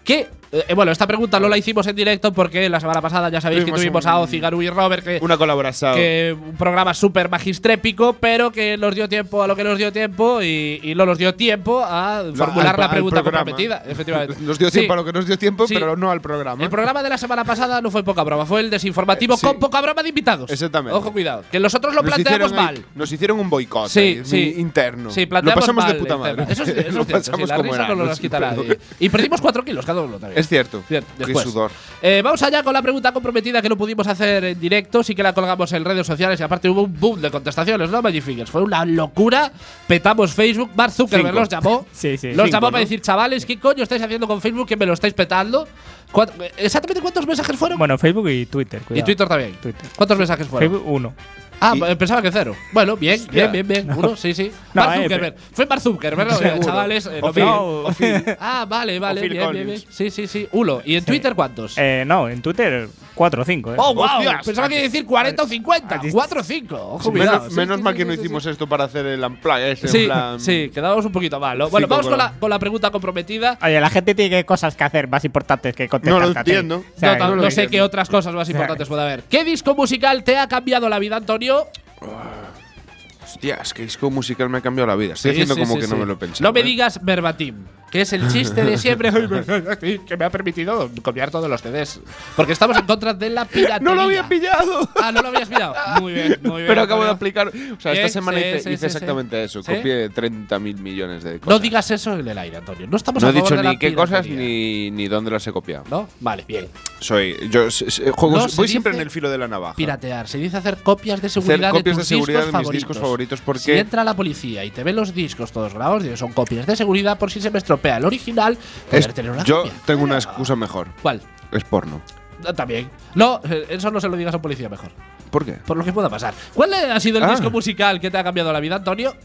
S1: que, eh, bueno, esta pregunta no la hicimos en directo porque la semana pasada ya sabéis que
S2: Tuvimos
S1: tuvimos
S2: un-
S1: a Ozi, Garú y Robert, que,
S2: Una colaboración.
S1: que un programa súper magistrépico, pero que nos dio tiempo a lo que nos dio tiempo y, y no nos dio tiempo a formular
S2: al-
S1: la
S2: al
S1: pregunta
S2: programa.
S1: comprometida. Efectivamente.
S2: Nos dio
S1: Sí.
S2: tiempo a lo que nos dio tiempo,
S1: Sí.
S2: pero no al programa.
S1: El programa de la semana pasada no fue poca broma, fue el desinformativo
S2: Eh, sí.
S1: con poca broma de invitados.
S2: Exactamente.
S1: Ojo, cuidado. Que los otros lo
S2: Nos
S1: planteamos
S2: hicieron
S1: mal.
S2: ahí- nos hicieron un boicot
S1: Sí,
S2: ahí,
S1: sí.
S2: interno.
S1: Sí, planteamos
S2: lo pasamos
S1: mal
S2: de puta
S1: el tema.
S2: madre.
S1: Eso es, eso es
S2: lo
S1: cierto, sí,
S2: pasamos
S1: la
S2: como
S1: risa no nos
S2: éramos,
S1: las quita
S2: pero-
S1: nadie. eh. Y perdimos cuatro kilos cada uno también.
S2: Es cierto.
S1: Bien,
S2: Qué
S1: después.
S2: sudor.
S1: Eh, vamos allá con la pregunta comprometida que no pudimos hacer en directo, sí que la colgamos en redes sociales y aparte hubo un boom de contestaciones, ¿no? Magic Fingers. Fue una locura. Petamos Facebook. Mark Zuckerberg
S2: Cinco.
S1: los llamó.
S3: Sí, sí.
S1: Los
S3: Cinco,
S1: llamó para
S3: ¿no?
S1: decir, chavales, ¿qué coño estáis haciendo con Facebook que me lo estáis petando? ¿Cuánto- ¿Exactamente cuántos mensajes fueron?
S3: Bueno, Facebook y Twitter.
S1: y
S3: cuidado.
S1: Twitter también.
S3: Twitter.
S1: ¿Cuántos mensajes fueron?
S3: Facebook 1.
S1: Ah,
S2: Y-
S1: eh, pensaba que cero. Bueno, bien, bien,
S2: Hostia.
S1: bien, bien. Uno, sí, sí.
S3: No,
S1: Mark
S3: eh,
S1: Zuckerberg. Fue Mark Zuckerberg, ¿no?
S2: Seguro.
S1: chavales. eh,
S2: O
S1: no
S2: Phil.
S1: me-
S3: No,
S1: Ah, vale, vale,
S2: O Phil
S1: bien, bien, bien.
S2: Collins.
S1: Sí, sí, sí. Uno. ¿Y en Twitter cuántos?
S3: eh, no, en Twitter 4 o 5. Eh.
S1: ¡Oh, wow!
S2: hostias.
S1: Pensaba que iba a decir 40 o 50.
S3: Ah,
S1: 4 o 5. Ojo, cuidado.
S2: Menos, menos mal que no hicimos esto para hacer el unplug ese, en
S1: Sí,
S2: plan-
S1: sí, quedábamos un poquito mal. ¿no? Bueno,
S2: Cinco
S1: vamos con
S2: programas.
S1: la, con la pregunta comprometida.
S2: Ah,
S3: Oye, la gente tiene cosas que hacer más importantes que contestar.
S2: No lo
S3: a ti.
S2: entiendo.
S3: O sea,
S1: no, no,
S2: lo
S1: no sé
S2: entiendo.
S1: qué otras cosas más importantes puede haber. ¿Qué disco musical te ha cambiado la vida, Antonio?
S2: Hostias, que disco musical me ha cambiado la vida. Estoy
S1: Sí,
S2: haciendo
S1: sí,
S2: como
S1: sí,
S2: que no
S1: sí.
S2: me lo he pensado.
S1: No me
S2: ¿eh?
S1: digas verbatim, que es el chiste de siempre que me ha permitido copiar todos los CDs. Porque estamos en contra de la piratería.
S2: ¡No lo había pillado!
S1: Ah, no lo habías pillado. Muy bien, muy bien.
S2: Pero acabo de
S1: Antonio.
S2: aplicar. O sea,
S1: Bien,
S2: esta semana
S1: sí,
S2: hice,
S1: sí,
S2: hice
S1: sí,
S2: exactamente
S1: sí.
S2: eso.
S1: ¿Sí?
S2: Copié 30.000 millones de cosas.
S1: No digas eso en el aire, Antonio. No estamos
S2: No
S1: a
S2: he
S1: favor
S2: dicho
S1: de la
S2: ni qué cosas
S1: piratería.
S2: ni, ni dónde las he copiado.
S1: ¿No? Vale, bien.
S2: Soy. Yo s- s- juego-
S1: No se
S2: voy siempre en
S1: dice
S2: el filo de la navaja.
S1: Piratear. Se dice hacer copias de
S2: Hacer
S1: seguridad
S2: copias
S1: de
S2: de
S1: tus
S2: seguridad
S1: discos
S2: de mis
S1: favoritos.
S2: discos favoritos porque-
S1: Si entra la policía y te ve los discos todos grabados, dices, son copias de seguridad por si se me estropea el original.
S2: Es-
S1: poder tener una
S2: yo
S1: copia.
S2: tengo una excusa mejor.
S1: ¿Cuál?
S2: Es porno.
S1: Ah, También. No, eh, eso no se lo digas a un policía mejor.
S2: ¿Por qué?
S1: Por lo que pueda pasar. ¿Cuál ha sido el
S2: Ah.
S1: disco musical que te ha cambiado la vida, Antonio?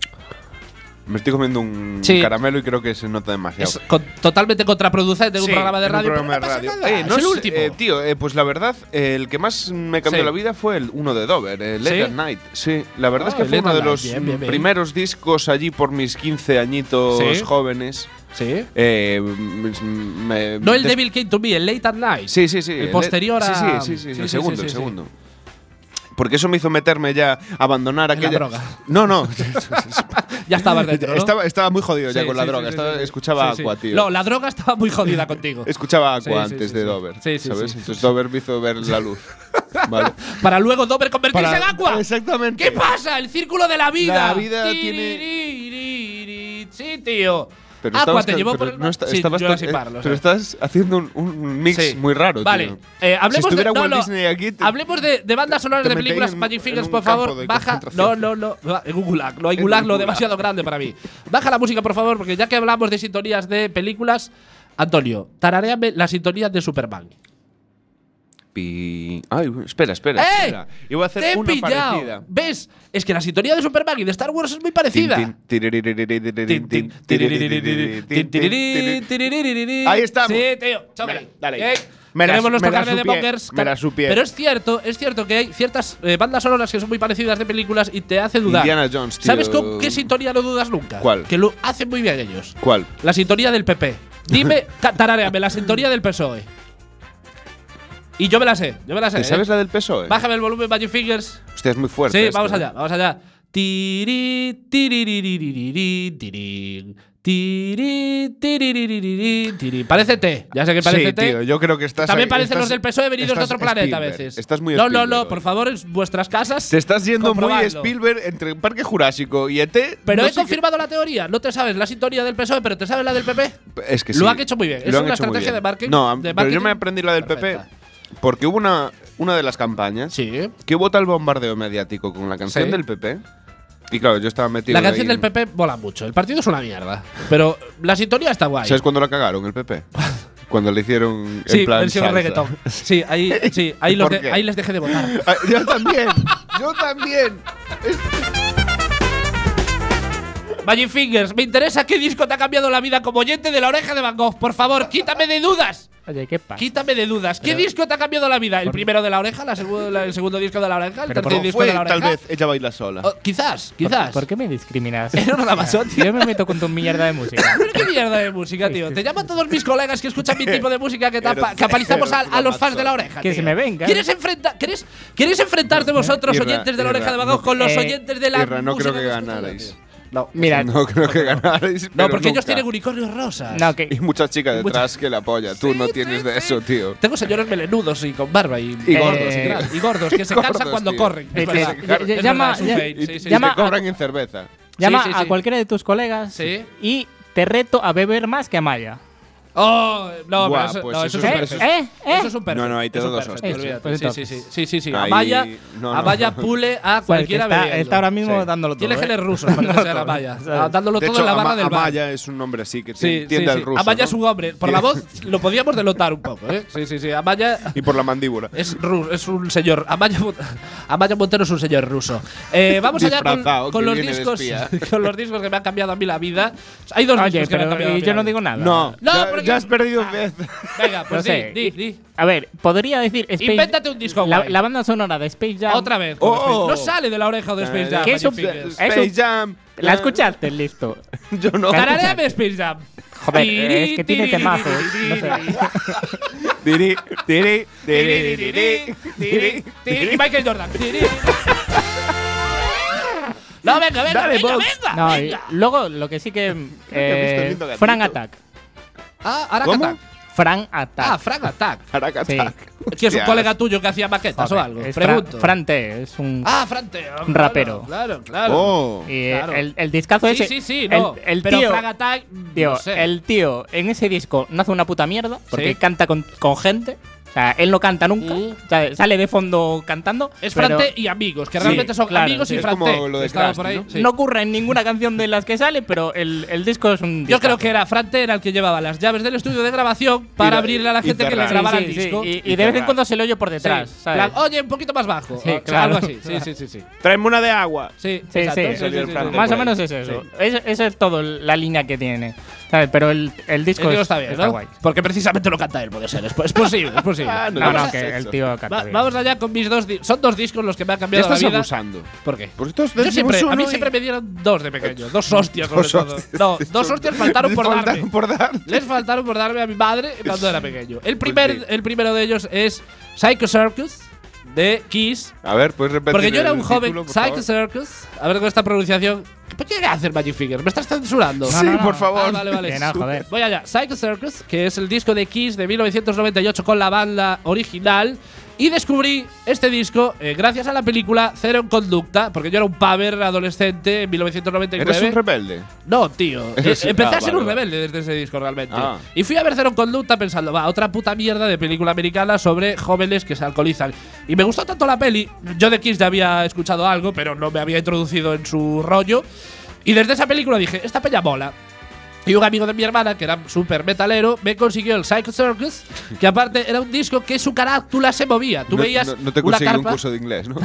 S2: Me estoy comiendo un
S1: Sí.
S2: caramelo y creo que se nota demasiado.
S1: Es con- totalmente contraproducente en un
S2: Sí,
S1: programa de
S2: en un
S1: radio.
S2: programa
S1: pero no
S2: de
S1: pasa
S2: radio.
S1: nada,
S2: Eh,
S1: es
S2: no
S1: el
S2: sé,
S1: último.
S2: eh, tío, eh, pues la verdad, eh, el que más me cambió
S1: Sí.
S2: la vida fue el uno de Dover, eh, Late
S1: ¿Sí?
S2: at Night. Sí, la verdad
S1: Ah,
S2: es que
S1: el
S2: fue
S1: Late
S2: uno
S1: at
S2: de
S1: Night,
S2: los
S1: bien, bien, bien.
S2: primeros discos allí por mis 15 añitos
S1: Sí.
S2: jóvenes.
S1: sí.
S2: Eh, m- me-
S1: No el
S2: des-
S1: Devil Came to Me, el Late at Night.
S2: Sí, sí, sí.
S1: El posterior
S2: sí,
S1: a-
S2: Sí, sí, sí,
S1: sí, sí,
S2: el segundo,
S1: sí,
S2: el
S1: sí.
S2: segundo. Porque eso me hizo meterme ya, abandonar
S1: En la
S2: aquella.
S1: droga.
S2: No, no.
S1: Ya estabas dentro. ¿no?
S2: estaba, estaba muy jodido ya
S1: Sí,
S2: con la
S1: sí,
S2: droga.
S1: sí, sí,
S2: estaba-
S1: sí.
S2: Escuchaba
S1: Sí, sí.
S2: Aqua, tío.
S1: No, la droga estaba muy jodida contigo.
S2: Escuchaba Aqua
S1: Sí, sí,
S2: antes
S1: sí,
S2: de
S1: sí.
S2: Dover.
S1: Sí, sí,
S2: ¿Sabes?
S1: sí, sí.
S2: Entonces Dover me hizo ver la luz. vale.
S1: Para luego Dover convertirse
S2: Para-
S1: en agua.
S2: Exactamente.
S1: ¿Qué pasa? El círculo de la vida.
S2: La vida tiene-
S1: tiene. Sí, tío.
S2: Pero
S1: Aqua
S2: estabas
S1: te
S2: ca-
S1: llevó
S2: pero
S1: por el.
S2: no esta-
S1: sí,
S2: estabas
S1: yo
S2: ca-
S1: así
S2: eh,
S1: parlo, o
S2: Pero
S1: sea.
S2: estás haciendo un, un mix
S1: Sí.
S2: muy raro,
S1: Vale.
S2: tío.
S1: Eh, hablemos
S2: si estuviera
S1: de, no,
S2: Walt
S1: no.
S2: Disney aquí… t-
S1: Hablemos de, de bandas sonoras
S2: te
S1: de
S2: metéis
S1: películas.
S2: en-
S1: Magic
S2: en
S1: Fingers,
S2: un
S1: por favor,
S2: campo de
S1: baja. No,
S2: concentración.
S1: no, no. va, En un gulag. No hay gulag, lo
S2: gulag.
S1: demasiado grande para mí. Baja la música, por favor, porque ya que hablamos de sintonías de películas, Antonio, tarareame la sintonía de Superman.
S2: Pi- Ay, espera, espera.
S1: ¡Eh!
S2: espera. Iba a hacer
S1: ¡Te he
S2: una
S1: pillado!
S2: parecida.
S1: ¿Ves? Es que la sintonía de Superman y de Star Wars es muy parecida.
S2: Tin, tin, tiririririririn,
S1: Tin, tin,
S2: tin, tiririririririn,
S1: tiririririririn, tin,
S2: tin,
S1: tirirí,
S2: tiriririn.
S1: tiririririririn.
S2: Ahí estamos.
S1: Sí, tío. Chócale.
S2: Dale, dale ahí.
S1: Bien.
S2: Me la-
S1: Tenemos nuestro
S2: me la
S1: carnet de
S2: supié,
S1: pokers.
S2: me la supié.
S1: Pero es cierto, es cierto que hay ciertas eh, bandas sonoras que son muy parecidas de películas y te hace dudar.
S2: Indiana Jones, tío.
S1: ¿Sabes con qué sintonía no dudas nunca?
S2: ¿Cuál?
S1: Que lo hacen muy bien ellos.
S2: ¿Cuál?
S1: La sintonía del PP. Dime, ta- tararéame la sintonía del PSOE. E. Y yo me la sé, yo me la sé.
S2: ¿Te
S1: ¿eh?
S2: sabes la del PSOE?
S1: Bájame el volumen, Magic Fingers.
S2: E? Hostia, es muy fuerte.
S1: Sí,
S2: esto,
S1: vamos
S2: eh.
S1: allá, vamos allá. Tiri, tiririririririn, tirin, tiri, tiririririririn, tirin. Parece T, ya sé que parece
S2: sí,
S1: T.
S2: tío, yo creo que estás
S1: También
S2: ahí-
S1: parecen
S2: estás-
S1: los del PSOE E venidos de
S2: estás
S1: otro planeta a
S2: Spielberg.
S1: veces.
S2: Estás muy
S1: No, no,
S2: Spielberg
S1: no,
S2: hoy.
S1: por favor, en vuestras casas.
S2: Te estás yendo muy
S1: comprobadlo.
S2: Spielberg entre Parque Jurásico y ET.
S1: Pero
S2: no
S1: he
S2: sé qué-
S1: confirmado la teoría. No te sabes la sintonía del PSOE, E, pero te sabes la del PP.
S2: Es que
S1: Lo
S2: sí,
S1: han hecho muy bien. Es
S2: lo han
S1: una
S2: hecho muy
S1: estrategia
S2: bien.
S1: de marketing.
S2: No,
S1: de
S2: pero yo
S1: marketing
S2: me aprendí la del
S1: perfecta.
S2: PP porque hubo una, una de las campañas
S1: Sí.
S2: que hubo tal bombardeo mediático con la canción
S1: Sí.
S2: del PP. Y claro, yo estaba metido.
S1: La
S2: ahí
S1: canción del
S2: en-
S1: PP mola mucho. El partido es una mierda. Pero la sintonía está guay.
S2: ¿Sabes cuándo la cagaron el PP? cuando le hicieron.
S1: Sí,
S2: en plan
S1: versión
S2: salsa.
S1: reggaetón. Sí, ahí, sí, ahí, los
S2: ¿Por
S1: de-
S2: qué?
S1: ahí les dejé de votar.
S2: Ah, yo también. yo también.
S1: Magic Fingers, me interesa qué disco te ha cambiado la vida como oyente de la oreja de Van Gogh. Por favor, quítame de dudas.
S3: Oye, ¿qué pasa?
S1: Quítame de dudas. ¿Qué disco te ha cambiado la vida? ¿El primero de la oreja? La segu- la- ¿El segundo disco de la oreja? ¿El
S3: Pero
S1: tercer
S3: por-
S1: disco
S2: Fue,
S1: de la Oh, oreja?
S2: tal vez, ella baila sola.
S1: O- quizás,
S3: ¿Por-
S1: quizás.
S3: ¿Por qué me discriminas?
S1: Era un ramazón, tío.
S3: Yo me meto con tu mierda de música.
S1: Pero qué mierda de música, tío. Te llaman todos mis colegas que escuchan mi tipo de música que, tapa, que apalizamos a, a los fans de la oreja.
S3: Que
S1: tío.
S3: se me venga.
S1: ¿Quieres, enfrenta- quieres, ¿Quieres enfrentarte vosotros,
S2: Irra,
S1: oyentes de la oreja de Van Gogh,
S2: Irra,
S1: con los
S3: eh,
S1: oyentes de la
S2: Irra, no
S1: música
S2: creo que
S1: escuchan,
S2: ganarais.
S1: tío? No.
S3: Mira,
S2: No creo que ganarais.
S1: No,
S2: pero
S1: porque ellos
S2: nunca.
S1: tienen unicornios rosas.
S3: no, que,
S2: Y muchas chicas
S1: Y muchas-
S2: detrás que la apoya. Tú no tienes de eso, tío.
S1: Tengo señores melenudos y con barba y,
S2: Y
S3: gordos.
S1: y gran- y gordos, que se
S2: Gordos,
S1: cansan cuando
S2: tío.
S1: corren.
S3: Eh,
S1: Es verdad.
S3: eh, ll-
S1: Es
S3: llama-
S1: verdad, es un
S3: ll-
S1: fake,
S2: Y,
S1: sí, sí,
S2: y
S3: llama
S2: te cobran en cerveza.
S3: llama
S1: sí,
S3: a
S1: sí.
S3: cualquiera de tus colegas
S1: Sí.
S3: y te reto a beber más que Amaya.
S1: Oh, no,
S2: Buah,
S1: pero eso,
S2: pues
S1: no,
S2: eso
S1: eso,
S2: es
S1: es
S2: un
S1: un
S3: ¿Eh?
S1: perfect.
S3: ¿Eh? ¿Eh?
S1: Eso es un perfect.
S2: No, no, ahí te
S1: Es
S2: doy
S1: un
S2: dos
S1: perfect,
S3: hostias.
S1: olvídate.
S3: Pues
S1: Sí,
S3: entonces.
S1: sí, sí, sí, sí, sí.
S2: Ahí-
S1: Amaya,
S2: no, no.
S1: Amaya pule a
S3: Cual que
S1: cualquiera
S3: está,
S1: bebiendo.
S3: está ahora mismo dándolo todo.
S1: Tiene
S3: ¿eh?
S1: geles rusos para que sea la Amaya.
S3: ¿sabes?
S1: Dándolo
S2: De
S1: todo
S2: hecho,
S1: en la barra
S2: Ama-
S1: del bar.
S2: Amaya es un nombre así que
S1: Sí, sí,
S2: entiende
S1: sí.
S2: al ruso.
S1: Amaya
S2: ¿no?
S1: es un hombre. Por la voz lo podíamos denotar un poco, ¿eh? Sí, sí, sí. Amaya
S2: Y por la mandíbula.
S1: es, ru- es un señor. Amaya, Mon- Amaya Montero es un señor ruso. Eh, vamos allá con,
S2: Disfrazado,
S1: con
S2: que
S1: los
S2: viene de
S1: discos,
S2: espía.
S1: con los discos que me han cambiado a mí la vida. Hay dos
S3: Oye,
S1: discos que me han cambiado. la
S3: pero
S1: mí
S3: y yo
S1: la
S3: no
S1: vida.
S3: digo nada.
S2: No,
S1: No,
S2: ya,
S1: porque-
S2: ya has perdido un vez.
S1: Venga,
S3: No
S1: pues
S3: sé.
S1: di, di, di.
S3: A ver, podría decir. Space-
S1: Invéntate un disco
S3: La,
S1: guay.
S3: la banda sonora de Space Jam.
S1: Otra vez. con
S2: Oh.
S1: Space- No sale de la oreja de Space Jam.
S3: ¿Qué es un-
S1: Magic Fingers.
S3: Es
S2: Space
S3: un-
S2: Jam.
S3: ¿La escuchaste? Listo.
S2: Yo no.
S3: Cara-
S1: Tarareame Space Jam.
S3: Joder, eh, es que tiene
S1: Tiri,
S3: temazos.
S1: tiri,
S3: No sé.
S2: Tiri, tiri,
S1: tiri,
S2: tiri,
S1: tiri,
S2: tiri,
S1: tiri, tiri, Y Michael Jordan. Tiri. No, venga, venga,
S2: Dale,
S1: venga,
S2: Vox.
S1: venga,
S3: No, y
S1: venga.
S3: luego lo que sí que.
S2: he visto el
S3: Eh,
S2: lindo gatito.
S3: Frank Attack.
S1: Ah, ahora
S2: ¿Cómo?
S1: Attack.
S3: Frank Attack.
S1: Ah, Frank Attack.
S2: Taraca,
S3: Sí.
S2: tac.
S1: Que es un
S2: Hostias.
S1: colega tuyo que hacía maquetas
S3: Joder,
S1: o algo.
S3: es Fra-
S1: Pregunto.
S3: Fran T. Es un.
S1: Ah, Frante. Claro,
S3: Rapero.
S1: Claro, claro.
S2: Oh.
S3: y, eh,
S1: claro.
S3: el, el discazo
S1: Sí,
S3: ese.
S1: sí, sí,
S3: el-
S1: no.
S3: El,
S1: Pero
S3: tío.
S1: Frank Attack,
S3: Tío,
S1: no sé.
S3: el tío en ese disco no hace una puta mierda porque
S1: Sí.
S3: canta con, con gente. O sea, él no canta nunca.
S1: Mm.
S3: o sea, sale de fondo cantando.
S1: Es
S3: pero
S1: Frante y amigos, que
S3: Sí,
S1: realmente son
S3: claro,
S1: amigos
S3: sí.
S1: y
S3: Es
S1: Frante.
S2: como lo de
S1: Estaba
S2: Crash,
S1: por ahí.
S2: ¿no?
S1: sí.
S3: No ocurre en ninguna canción de las que sale, pero el, el disco es un.
S1: Yo
S3: discazo.
S1: creo que era Frante era el que llevaba las llaves del estudio de grabación para
S2: Y la-
S1: abrirle a la
S2: y
S1: gente que le
S2: cerrar.
S1: grabara
S3: Sí,
S1: el
S3: sí,
S1: disco.
S3: sí, y- Y,
S2: Y
S3: de vez en
S2: cerrar.
S3: cuando se lo oye por
S1: Sí,
S3: detrás. ¿sabes?
S1: plan, Oye, un poquito más bajo.
S3: Sí,
S1: o sea,
S3: claro.
S1: Algo así. Sí, sí, sí, sí.
S2: Traeme una de agua.
S1: Sí,
S3: Sí,
S1: exacto,
S3: sí.
S1: sí, sí,
S2: Salió el
S1: sí,
S2: Fran
S1: sí.
S2: de
S3: Más o
S2: por ahí.
S3: menos es eso.
S1: Sí.
S3: Es- esa es todo la línea que tiene. ¿sabes? Pero el, el disco
S1: El disco
S3: es-
S1: está bien,
S3: está
S1: ¿no?
S3: guay.
S1: Porque precisamente lo canta él, puede ser. Es, es posible, es posible.
S2: Ah, no,
S3: No,
S2: Vamos
S3: no,
S2: a
S3: que el
S2: sexo.
S3: tío canta
S1: Va-
S3: bien.
S1: vamos allá con mis dos. di- Son dos discos los que me han
S2: Ya
S1: cambiado
S2: estás
S1: la vida.
S2: abusando.
S1: ¿Por qué?
S2: Porque todos
S1: Yo siempre,
S2: decimos
S1: a mí
S2: uno y-
S1: siempre me dieron dos de pequeño, dos hostias sobre
S2: Dos
S1: todo.
S2: hostias.
S1: No, dos hostias faltaron por
S2: Faltaron
S1: darme.
S2: por dar.
S1: Les faltaron por darme a mi madre cuando era pequeño. El, primer,
S2: Pues sí.
S1: el primero de ellos es Psycho Circus de Kiss.
S2: A ver, puedes repetir.
S1: Porque yo era
S2: Pues el
S1: un joven
S2: título, por
S1: Psycho
S2: favor?
S1: Circus. A ver con esta pronunciación. ¿Por qué hacer Magic Fingers? ¿Me estás censurando?
S2: Sí,
S3: No, no, no.
S2: por favor.
S1: Ah, vale, vale.
S3: Que no, joder.
S1: Voy allá. Psycho Circus, que es el disco de Kiss de 1998 con la banda original. Y descubrí este disco eh, gracias a la película Cero en Conducta, porque yo era un paver adolescente en 1999.
S2: Eres un rebelde.
S1: No, tío. Eh,
S2: Eres-
S1: Empecé
S2: Ah,
S1: a ser
S2: vale,
S1: un
S2: vale.
S1: rebelde desde ese disco realmente.
S2: Ah.
S1: Y fui a ver Cero en Conducta pensando, va, otra puta mierda de película americana sobre jóvenes que se alcoholizan. Y me gustó tanto la peli. Yo de Kiss ya había escuchado algo, pero no me había introducido en su rollo. Y desde esa película dije, esta peña mola. Y un amigo de mi hermana, que era súper metalero, me consiguió el Psycho Circus, que aparte era un disco que su carátula se movía. Tú
S2: no,
S1: veías
S2: no, no te
S1: una
S2: conseguí un
S1: carpa-
S2: curso de inglés, ¿no?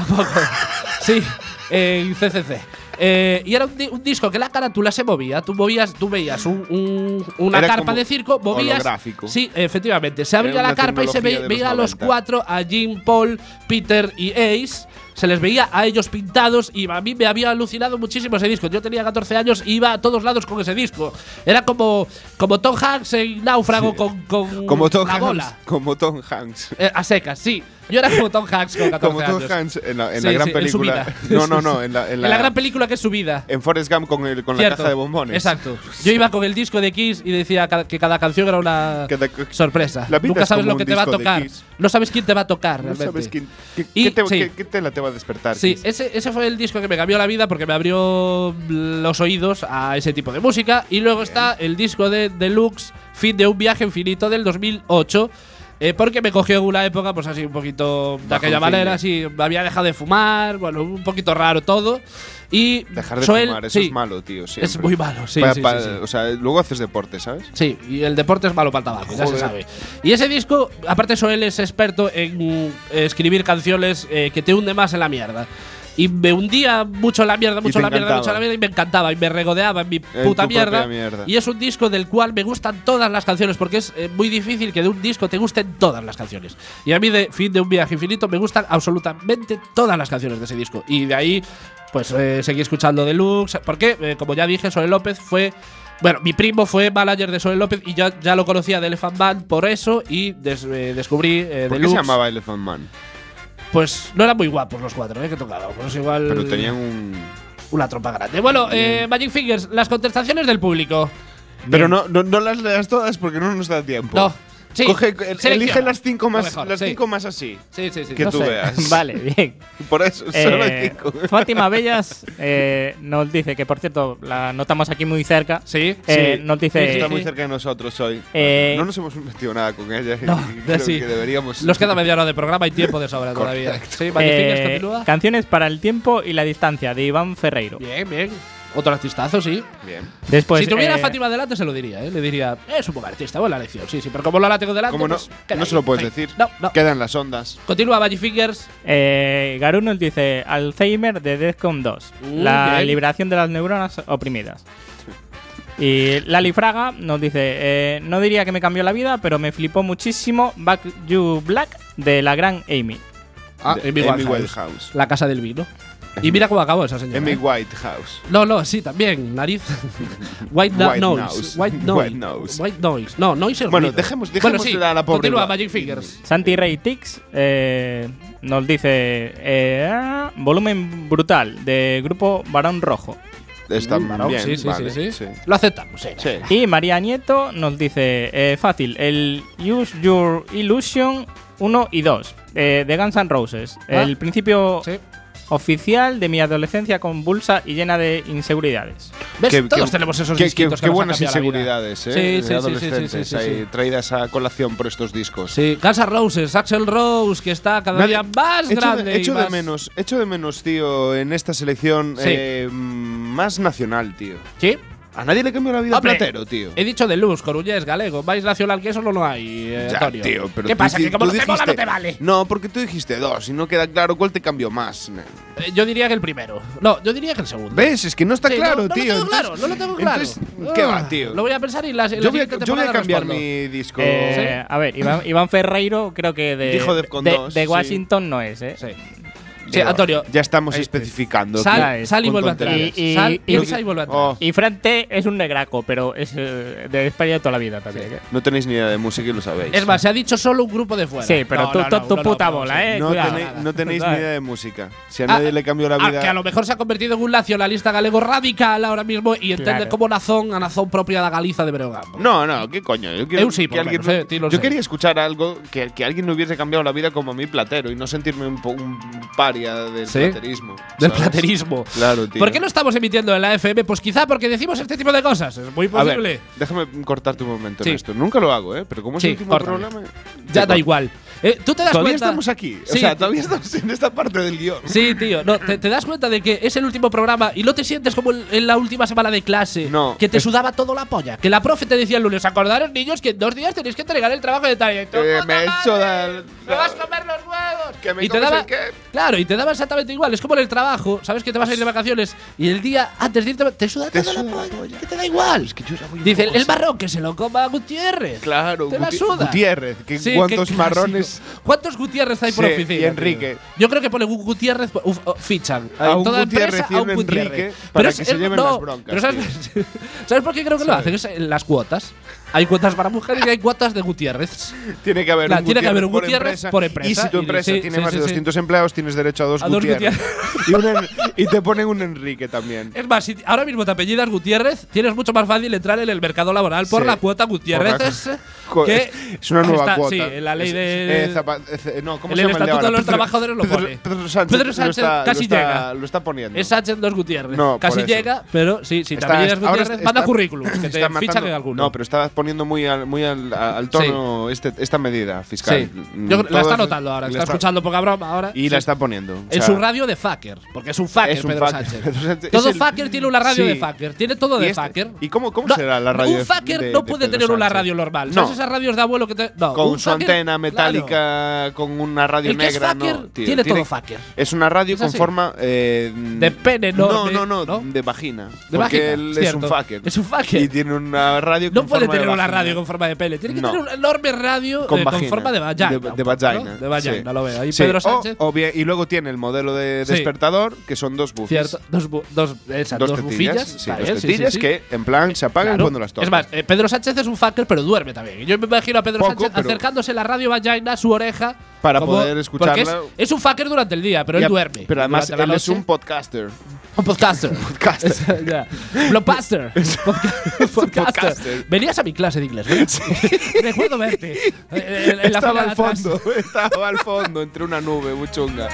S1: Sí, en CCC. Eh, y era un, di- un disco que la carátula se movía. Tú movías, tú veías un- un- una
S2: Era
S1: carpa
S2: como
S1: de circo, movías.
S2: holográfico.
S1: Sí, efectivamente. Se abría
S2: Era
S1: la
S2: una
S1: carpa y se
S2: tecnología
S1: ve-
S2: de los
S1: veía a los
S2: 90.
S1: cuatro, a Jim, Paul, Peter y Ace. Se les veía a ellos pintados y a mí me había alucinado muchísimo ese disco. Yo tenía 14 años y iba a todos lados con ese disco. Era como, como Tom Hanks en Náufrago
S2: Sí.
S1: con, con
S2: Como Tom
S1: la
S2: Hanks.
S1: bola.
S2: Como Tom Hanks.
S1: Eh, a secas, sí. Yo era como Tom Hanks con 14
S2: Como Tom
S1: años.
S2: Hanks en la, en
S1: Sí,
S2: la gran
S1: sí, en su
S2: película.
S1: vida.
S2: No, no, no. En la, en la,
S1: En la gran película que es su vida.
S2: en Forrest Gump con, el, con la
S1: Cierto,
S2: caja de bombones.
S1: Exacto. Yo iba con el disco de Kiss y decía ca- que cada canción era una
S2: Que te-
S1: sorpresa.
S2: La vida
S1: Nunca
S2: es
S1: sabes
S2: como
S1: lo que
S2: un
S1: te va a
S2: disco de
S1: tocar.
S2: Kiss.
S1: No sabes quién te va a tocar.
S2: No
S1: realmente.
S2: sabes quién, qué,
S1: Y-
S2: qué te,
S1: sí.
S2: qué- qué tela te va a despertar.
S1: Sí,
S2: Kiss.
S1: ese, ese fue el disco que me cambió la vida porque me abrió los oídos a ese tipo de música. Y luego está el disco de Deluxe, Fin de un viaje infinito del 2008. eh, porque me cogió en una época, pues así un poquito de aquella manera, así me había dejado de fumar, bueno, un poquito raro todo. Y
S2: Dejar de
S1: Soel-
S2: fumar, eso
S1: sí,
S2: es malo, tío. siempre.
S1: Es muy malo, sí,
S2: Pa-
S1: sí,
S2: pa-
S1: sí, sí.
S2: O sea, luego haces deporte, ¿sabes?
S1: Sí, y el deporte es malo para el tabaco, ya se
S2: Joder.
S1: sabe. Y ese disco, aparte Soel es experto en eh, escribir canciones eh, que te hunde más en la mierda. Y me hundía mucho en la mierda, mucho
S2: te
S1: en la mierda,
S2: encantaba.
S1: mucho en la mierda, y me encantaba, y me regodeaba en mi
S2: tu
S1: puta
S2: propia
S1: mierda.
S2: mierda.
S1: Y es un disco del cual me gustan todas las canciones, porque es eh, muy difícil que de un disco te gusten todas las canciones. Y a mí, de Fin de un Viaje Infinito, me gustan absolutamente todas las canciones de ese disco. Y de ahí, pues eh, seguí escuchando Deluxe, porque, eh, como ya dije, Soel López fue. Bueno, mi primo fue manager de Soel López y yo ya lo conocía de Elephant Band por eso y des- eh, descubrí eh,
S2: ¿Por qué
S1: Deluxe.
S2: se llamaba Elephant Man?
S1: Pues no eran muy guapos los cuatro eh, que tocaban. Pues igual.
S2: Pero tenían un.
S1: Una trompa grande. Bueno, eh, Magic Fingers, las contestaciones del público.
S2: Pero no, no, no las leas todas porque no nos da tiempo.
S1: No. Sí.
S2: Coge- el-
S1: Selecciona.
S2: elige las cinco
S1: Lo
S2: más,
S1: mejor,
S2: las
S1: sí.
S2: cinco más así.
S1: Sí, sí, sí.
S2: Que
S1: No
S2: tú
S1: sé.
S2: veas.
S3: Vale, bien.
S2: Por eso, solo hay
S3: Eh,
S2: cinco.
S3: Fátima Bellas eh, nos dice que, por cierto, la notamos aquí muy cerca.
S1: Sí.
S3: Eh,
S2: Sí.
S3: nos dice-
S2: Está
S3: sí,
S2: muy
S3: sí.
S2: cerca de nosotros hoy.
S3: Eh,
S2: no nos hemos metido nada con ella. y
S1: No,
S2: creo
S1: sí.
S2: que deberíamos.
S1: Nos queda media hora de programa y tiempo de sobra todavía. Sí, Magic Fingers
S3: eh,
S1: continúa.
S3: canciones para el tiempo y la distancia de Iván Ferreiro.
S1: Bien, bien. Otro artistazo, sí.
S2: Bien.
S3: Después,
S1: si tuviera
S3: eh,
S1: Fátima delante, se lo diría, ¿eh? Le diría, es un buen artista, buena lección. Sí, sí, pero como no la tengo delante.
S2: Como no,
S1: pues, queda
S2: no
S1: ahí.
S2: se lo puedes
S1: Sí.
S2: decir.
S1: No, no.
S2: Quedan las ondas.
S1: Continúa, Magic Fingers.
S3: eh, Garú nos dice Alzheimer de Deathcom 2.
S1: Uh,
S3: la
S1: bien.
S3: liberación de las neuronas oprimidas. Y Lali Fraga nos dice, eh, no diría que me cambió la vida, pero me flipó muchísimo Back You Black de la gran Amy.
S1: Ah,
S2: De-
S1: Amy Winehouse.
S2: Winehouse.
S1: La casa del vino. Y mira cómo acabó esa señora.
S2: Amy
S1: ¿eh?
S2: Whitehouse.
S1: No, no, sí, también, nariz. White, na-
S2: White
S1: noise.
S2: nose.
S1: White noise.
S2: White nose.
S1: White noise. No, noise es
S2: Bueno,
S1: ruido.
S2: dejemos- dejemos
S1: bueno, sí,
S2: a la pobre
S1: Continúa,
S2: Iván.
S1: Magic Fingers.
S3: Santi Rey Tix eh, nos dice eh, ah, volumen brutal de grupo Barón Rojo.
S2: Está
S1: Mm, Varón,
S2: bien.
S1: sí, sí,
S2: vale,
S1: sí, sí, Lo aceptamos, eh. sí.
S2: Sí.
S3: Y María Nieto nos dice eh, fácil, el Use Your Illusion 1 y 2 eh, de Guns N' Roses.
S1: Ah.
S3: El principio
S1: Sí.
S3: oficial de mi adolescencia convulsa y llena de inseguridades.
S1: ¿Ves?
S2: Qué-
S1: Todos
S2: qué-
S1: tenemos esos
S2: Qué, qué,
S1: disquitos que
S2: qué
S1: nos han
S2: buenas
S1: cambiado la vida.
S2: inseguridades, ¿eh?
S1: Sí,
S2: de
S1: sí, sí, sí, sí,
S2: adolescentes
S1: sí, sí,
S2: ahí,
S1: sí.
S2: traídas a colación por estos discos.
S1: Sí, Casa Roses, Axel Rose, que está cada
S2: Nadie-
S1: día más
S2: echo
S1: grande.
S2: De,
S1: y
S2: echo de
S1: más-
S2: menos, echo de menos, tío, en esta selección
S1: Sí.
S2: eh, más nacional, tío.
S1: Sí.
S2: A nadie le cambió la vida a
S1: Hombre,
S2: Platero, tío.
S1: He dicho de Luz, Coruñés, Galego, más nacional que eso no lo hay, eh,
S2: Ya,
S1: Antonio.
S2: tío, pero
S1: ¿Qué
S2: tú
S1: pasa?
S2: di-
S1: Que como no
S2: tú
S1: te mola, no
S2: dijiste-
S1: te vale.
S2: No, porque tú dijiste dos y no queda claro cuál te cambió más.
S1: Eh, Yo diría que el primero. No, yo diría que el segundo.
S2: ¿Ves? Es que no está
S1: Sí,
S2: claro,
S1: no, no
S2: tío.
S1: Lo tengo claro,
S2: Entonces-
S1: no lo tengo claro.
S2: entonces, ¿qué
S1: Ah,
S2: va, tío?
S1: Lo voy a pensar y las.
S2: yo, voy a, yo voy a cambiar mi disco.
S3: Eh, A ver, Iván, Iván Ferreiro creo que de,
S2: Dijo Defcon
S3: de-
S2: 2,
S3: de
S2: sí.
S3: Washington no es, ¿eh?
S1: Sí.
S2: Digo,
S1: Sí, Antonio.
S2: Ya estamos especificando.
S3: Ya
S1: Sal,
S3: es,
S1: sal y
S2: con
S1: vuelve a entrar.
S3: tonterías. Y- y-
S1: sal,
S3: y-
S1: piensa y vuelve a entrar.
S2: Oh,
S3: Y Frante es un negraco, pero es eh, de España de toda la vida también. ¿eh?
S2: no tenéis ni idea de música y lo sabéis.
S1: Es más, se ha dicho solo un grupo de fuera.
S3: Sí, pero
S1: No,
S3: tú,
S1: no,
S3: tú-
S1: no,
S3: tú
S1: no,
S3: puta
S1: no,
S3: bola,
S1: sí.
S3: ¿eh?
S2: no,
S3: Cuidado.
S2: tenéis, no tenéis ni
S3: ¿Sabes?
S2: idea de música. Si a
S1: Ah,
S2: nadie le cambió la
S1: Ah,
S2: vida.
S1: que a lo mejor se ha convertido en un nacionalista galego radical ahora mismo y entende
S3: Claro.
S1: como nazón a nazón propia de Galiza de Breogán.
S2: No, no, ¿qué coño? Yo, quiero
S1: Eu sí, por
S2: que alguien
S1: lo menos, eh,
S2: no-
S1: ti lo
S2: yo
S1: sé.
S2: quería escuchar algo que, que alguien me hubiese cambiado la vida como a mí platero y no sentirme un, po- un paria del
S1: Sí.
S2: platerismo.
S1: Del
S2: ¿sabes?
S1: platerismo.
S2: Claro, tío.
S1: ¿Por qué no estamos emitiendo en la FM? Pues quizá porque decimos este tipo de cosas. Es muy
S2: A
S1: posible.
S2: ver, déjame cortarte un momento
S1: Sí.
S2: en esto. Nunca lo hago, ¿eh? Pero como es
S1: Sí,
S2: el último
S1: córtame.
S2: programa.
S1: ya
S2: te
S1: da
S2: corto.
S1: igual. Eh, ¿Tú te das
S2: Todavía
S1: cuenta?
S2: estamos aquí.
S1: Sí.
S2: O sea, todavía estamos en esta parte del guión.
S1: Sí, tío, no, te, te das cuenta de que es el último programa y no te sientes como en, en la última semana de clase,
S2: No.
S1: que te sudaba todo la polla, que la profe te decía el lunes, acordaros niños que en dos días tenéis que entregar el trabajo de tarea. Y tú,
S2: Que
S1: "Puta
S2: me he
S1: madre,
S2: hecho dar-
S1: me vas a comer los huevos.
S2: Que me
S1: y te
S2: comes
S1: daba,
S2: el qué.
S1: claro, y te daba exactamente igual, es como en el trabajo, sabes que te vas a ir de vacaciones y el día antes de irte te suda
S2: Te
S1: toda
S2: suda
S1: la
S2: la
S1: polla, que te da igual. Dice, el marrón que se lo coma Gutiérrez.
S2: Claro,
S1: Te la
S2: Guti-
S1: suda.
S2: Gutiérrez, que
S1: Sí,
S2: cuántos
S1: qué clásico.
S2: marrones.
S1: ¿Cuántos Gutiérrez hay por
S2: Sí,
S1: oficina?
S2: y
S1: tío?
S2: Enrique.
S1: Yo creo que ponen un Gutiérrez, uf, oh, fichan.
S2: A
S1: En
S2: un
S1: toda
S2: Gutiérrez
S1: empresa,
S2: y
S1: a
S2: un
S1: un Gutiérrez.
S2: Enrique
S1: Pero
S2: para
S1: es-
S2: que se
S1: es-
S2: lleven
S1: no,
S2: las broncas,
S1: pero ¿sabes, ¿sabes por qué creo que lo hacen? Es en las cuotas. Hay cuotas para mujeres y hay cuotas de Gutiérrez.
S2: Tiene que haber,
S1: Claro,
S2: un,
S1: tiene
S2: Gutiérrez
S1: que haber un Gutiérrez por empresa.
S2: Y si tu
S1: Y-
S2: empresa
S1: sí,
S2: tiene
S1: sí,
S2: más
S1: sí,
S2: de
S1: sí.
S2: 200 empleados, tienes derecho a dos
S1: A dos
S2: Gutiérrez. y, un en- y te ponen un Enrique también.
S1: Es más, si ahora mismo te apellidas Gutiérrez, tienes mucho más fácil entrar en el mercado laboral por
S2: Sí.
S1: la cuota
S2: Por la-
S1: Gutiérrez.
S2: Co-
S1: que
S2: es una nueva
S1: está-
S2: cuota.
S1: Sí, en la ley
S2: Es-
S1: de.
S2: eh, zapa- eh, no, ¿cómo
S1: el
S2: se llama el de
S1: Estatuto
S2: ahora?
S1: de los
S2: Pedro-
S1: Trabajadores lo
S2: Pedro-
S1: pone.
S2: Pedro Sánchez,
S1: Pedro
S2: lo
S1: Sánchez
S2: está-
S1: casi
S2: lo está-
S1: llega.
S2: Lo está poniendo.
S1: Es Sánchez dos Gutiérrez.
S2: No, por
S1: Casi
S2: eso.
S1: llega, pero sí, sí, te
S2: Está-
S1: apellidas
S2: ahora
S1: Gutiérrez,
S2: está-
S1: manda
S2: está-
S1: currículum, que te
S2: está
S1: fichan
S2: matando-
S1: en alguno.
S2: No, pero está poniendo muy al, muy al, al tono este- esta medida fiscal.
S1: Sí.
S2: Mm,
S1: Yo- la
S2: todo
S1: está
S2: eso-
S1: notando ahora,
S2: la
S1: está escuchando poca broma ahora.
S2: Y la
S1: Sí.
S2: está poniendo. o
S1: en
S2: sea,
S1: su radio de fucker, porque es un fucker
S2: es un
S1: Pedro,
S2: fucker,
S1: Sánchez.
S2: Pedro Sánchez.
S1: Todo
S2: Es el-
S1: fucker tiene una radio
S2: Sí.
S1: de fucker, tiene todo
S2: ¿Y
S1: de
S2: este?
S1: fucker.
S2: ¿Y cómo- cómo será la radio
S1: Un
S2: de-
S1: fucker
S2: de-
S1: no
S2: de
S1: puede
S2: Pedro
S1: tener una
S2: Sánchez?
S1: radio normal.
S2: No.
S1: ¿Sabes esas radios de abuelo que te.? No,
S2: con
S1: un
S2: su
S1: fucker,
S2: antena
S1: claro.
S2: metálica con una radio
S1: El que es
S2: negra.
S1: fucker
S2: no,
S1: tiene todo fucker.
S2: Es una radio
S1: Es
S2: con
S1: así.
S2: forma. eh,
S1: De pene, no,
S2: No,
S1: de-
S2: no, no,
S1: ¿no?
S2: de vagina.
S1: De
S2: porque
S1: vagina,
S2: él es
S1: cierto.
S2: un fucker.
S1: Es un fucker.
S2: Y tiene una radio con
S1: No puede
S2: forma de
S1: tener una
S2: vagina.
S1: radio con forma de pene, tiene que
S2: No.
S1: tener una enorme radio
S2: Con
S1: eh, con
S2: vagina.
S1: forma de vagina.
S2: De,
S1: un
S2: de
S1: poco,
S2: vagina.
S1: ¿no? De vagina,
S2: sí.
S1: lo veo. Ahí
S2: Sí, Oh,
S1: Pedro
S2: o-
S1: Sánchez.
S2: o bien- y luego tiene el modelo de
S1: Sí.
S2: despertador, que son dos bufis.
S1: Cierto, dos, bu- dos, esas, dos,
S2: tetillas,
S1: bufillas.
S2: sí,
S1: vale,
S2: dos
S1: sí, sí,
S2: tetillas
S1: sí.
S2: que en plan se apagan
S1: Claro.
S2: cuando las tocas.
S1: Es más, eh, Pedro Sánchez es un fucker, pero duerme también. Yo me imagino a Pedro
S2: Poco,
S1: Sánchez
S2: pero-
S1: acercándose la radio vagina a su oreja.
S2: Para
S1: como-
S2: poder escucharla.
S1: porque Es, es un fucker durante el día, pero
S2: Y
S1: él
S2: a-
S1: duerme.
S2: Pero además
S1: Durante la
S2: él es
S1: noche-
S2: un podcaster.
S1: Un podcaster. podcaster. Blockbuster. Podca- podcaster.
S2: podcaster.
S1: Venías a mi clase de inglés. ¿verdad? Recuerdo verte. Eh, eh, En la
S2: estaba
S1: fila de
S2: al
S1: atrás.
S2: fondo, estaba al fondo, entre una nube muy chunga.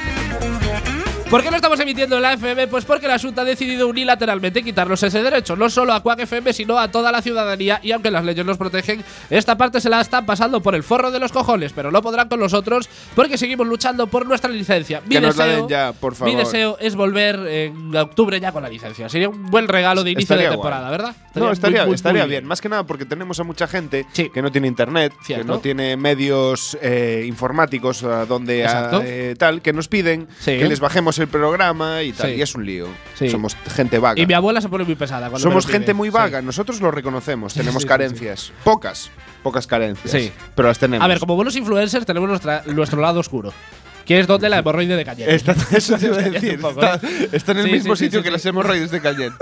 S1: ¿Por qué no estamos emitiendo en la FM? Pues porque la Junta ha decidido unilateralmente quitarnos ese derecho, no solo a Quack FM, sino a toda la ciudadanía, y aunque las leyes nos protegen, esta parte se la están pasando por el forro de los cojones, pero no podrán con nosotros porque seguimos luchando por nuestra licencia. Mi
S2: Que nos la
S1: deseo-
S2: den ya, por favor.
S1: Mi deseo es volver en octubre ya con la licencia. Sería un buen regalo de inicio
S2: Estaría
S1: de
S2: guay.
S1: temporada, ¿verdad?
S2: No,
S1: muy,
S2: estaría,
S1: muy, muy
S2: estaría bien. Más que nada porque tenemos a mucha gente
S1: Sí.
S2: que no tiene internet,
S1: Cierto.
S2: que no tiene medios eh, informáticos a donde a-
S1: Exacto.
S2: eh, tal, que nos piden
S1: Sí.
S2: que les bajemos el programa y tal.
S1: Sí.
S2: Y es un lío.
S1: Sí.
S2: Somos gente vaga.
S1: Y mi abuela se pone muy pesada. cuando me lo
S2: Somos
S1: pide.
S2: gente muy
S1: Sí.
S2: vaga. Nosotros lo reconocemos. Tenemos
S1: sí, sí,
S2: carencias. Pocas. Pocas carencias.
S1: Sí.
S2: Pero las tenemos.
S1: A ver, como buenos influencers tenemos nuestra- nuestro lado oscuro, que es donde la hemorroide de Cañete.
S2: Está, eso te iba a
S1: Cállate
S2: decir.
S1: un poco,
S2: está,
S1: ¿eh?
S2: está en el
S1: Sí,
S2: mismo
S1: sí, sí,
S2: sitio
S1: sí,
S2: que
S1: sí.
S2: las hemorroides de Cañet.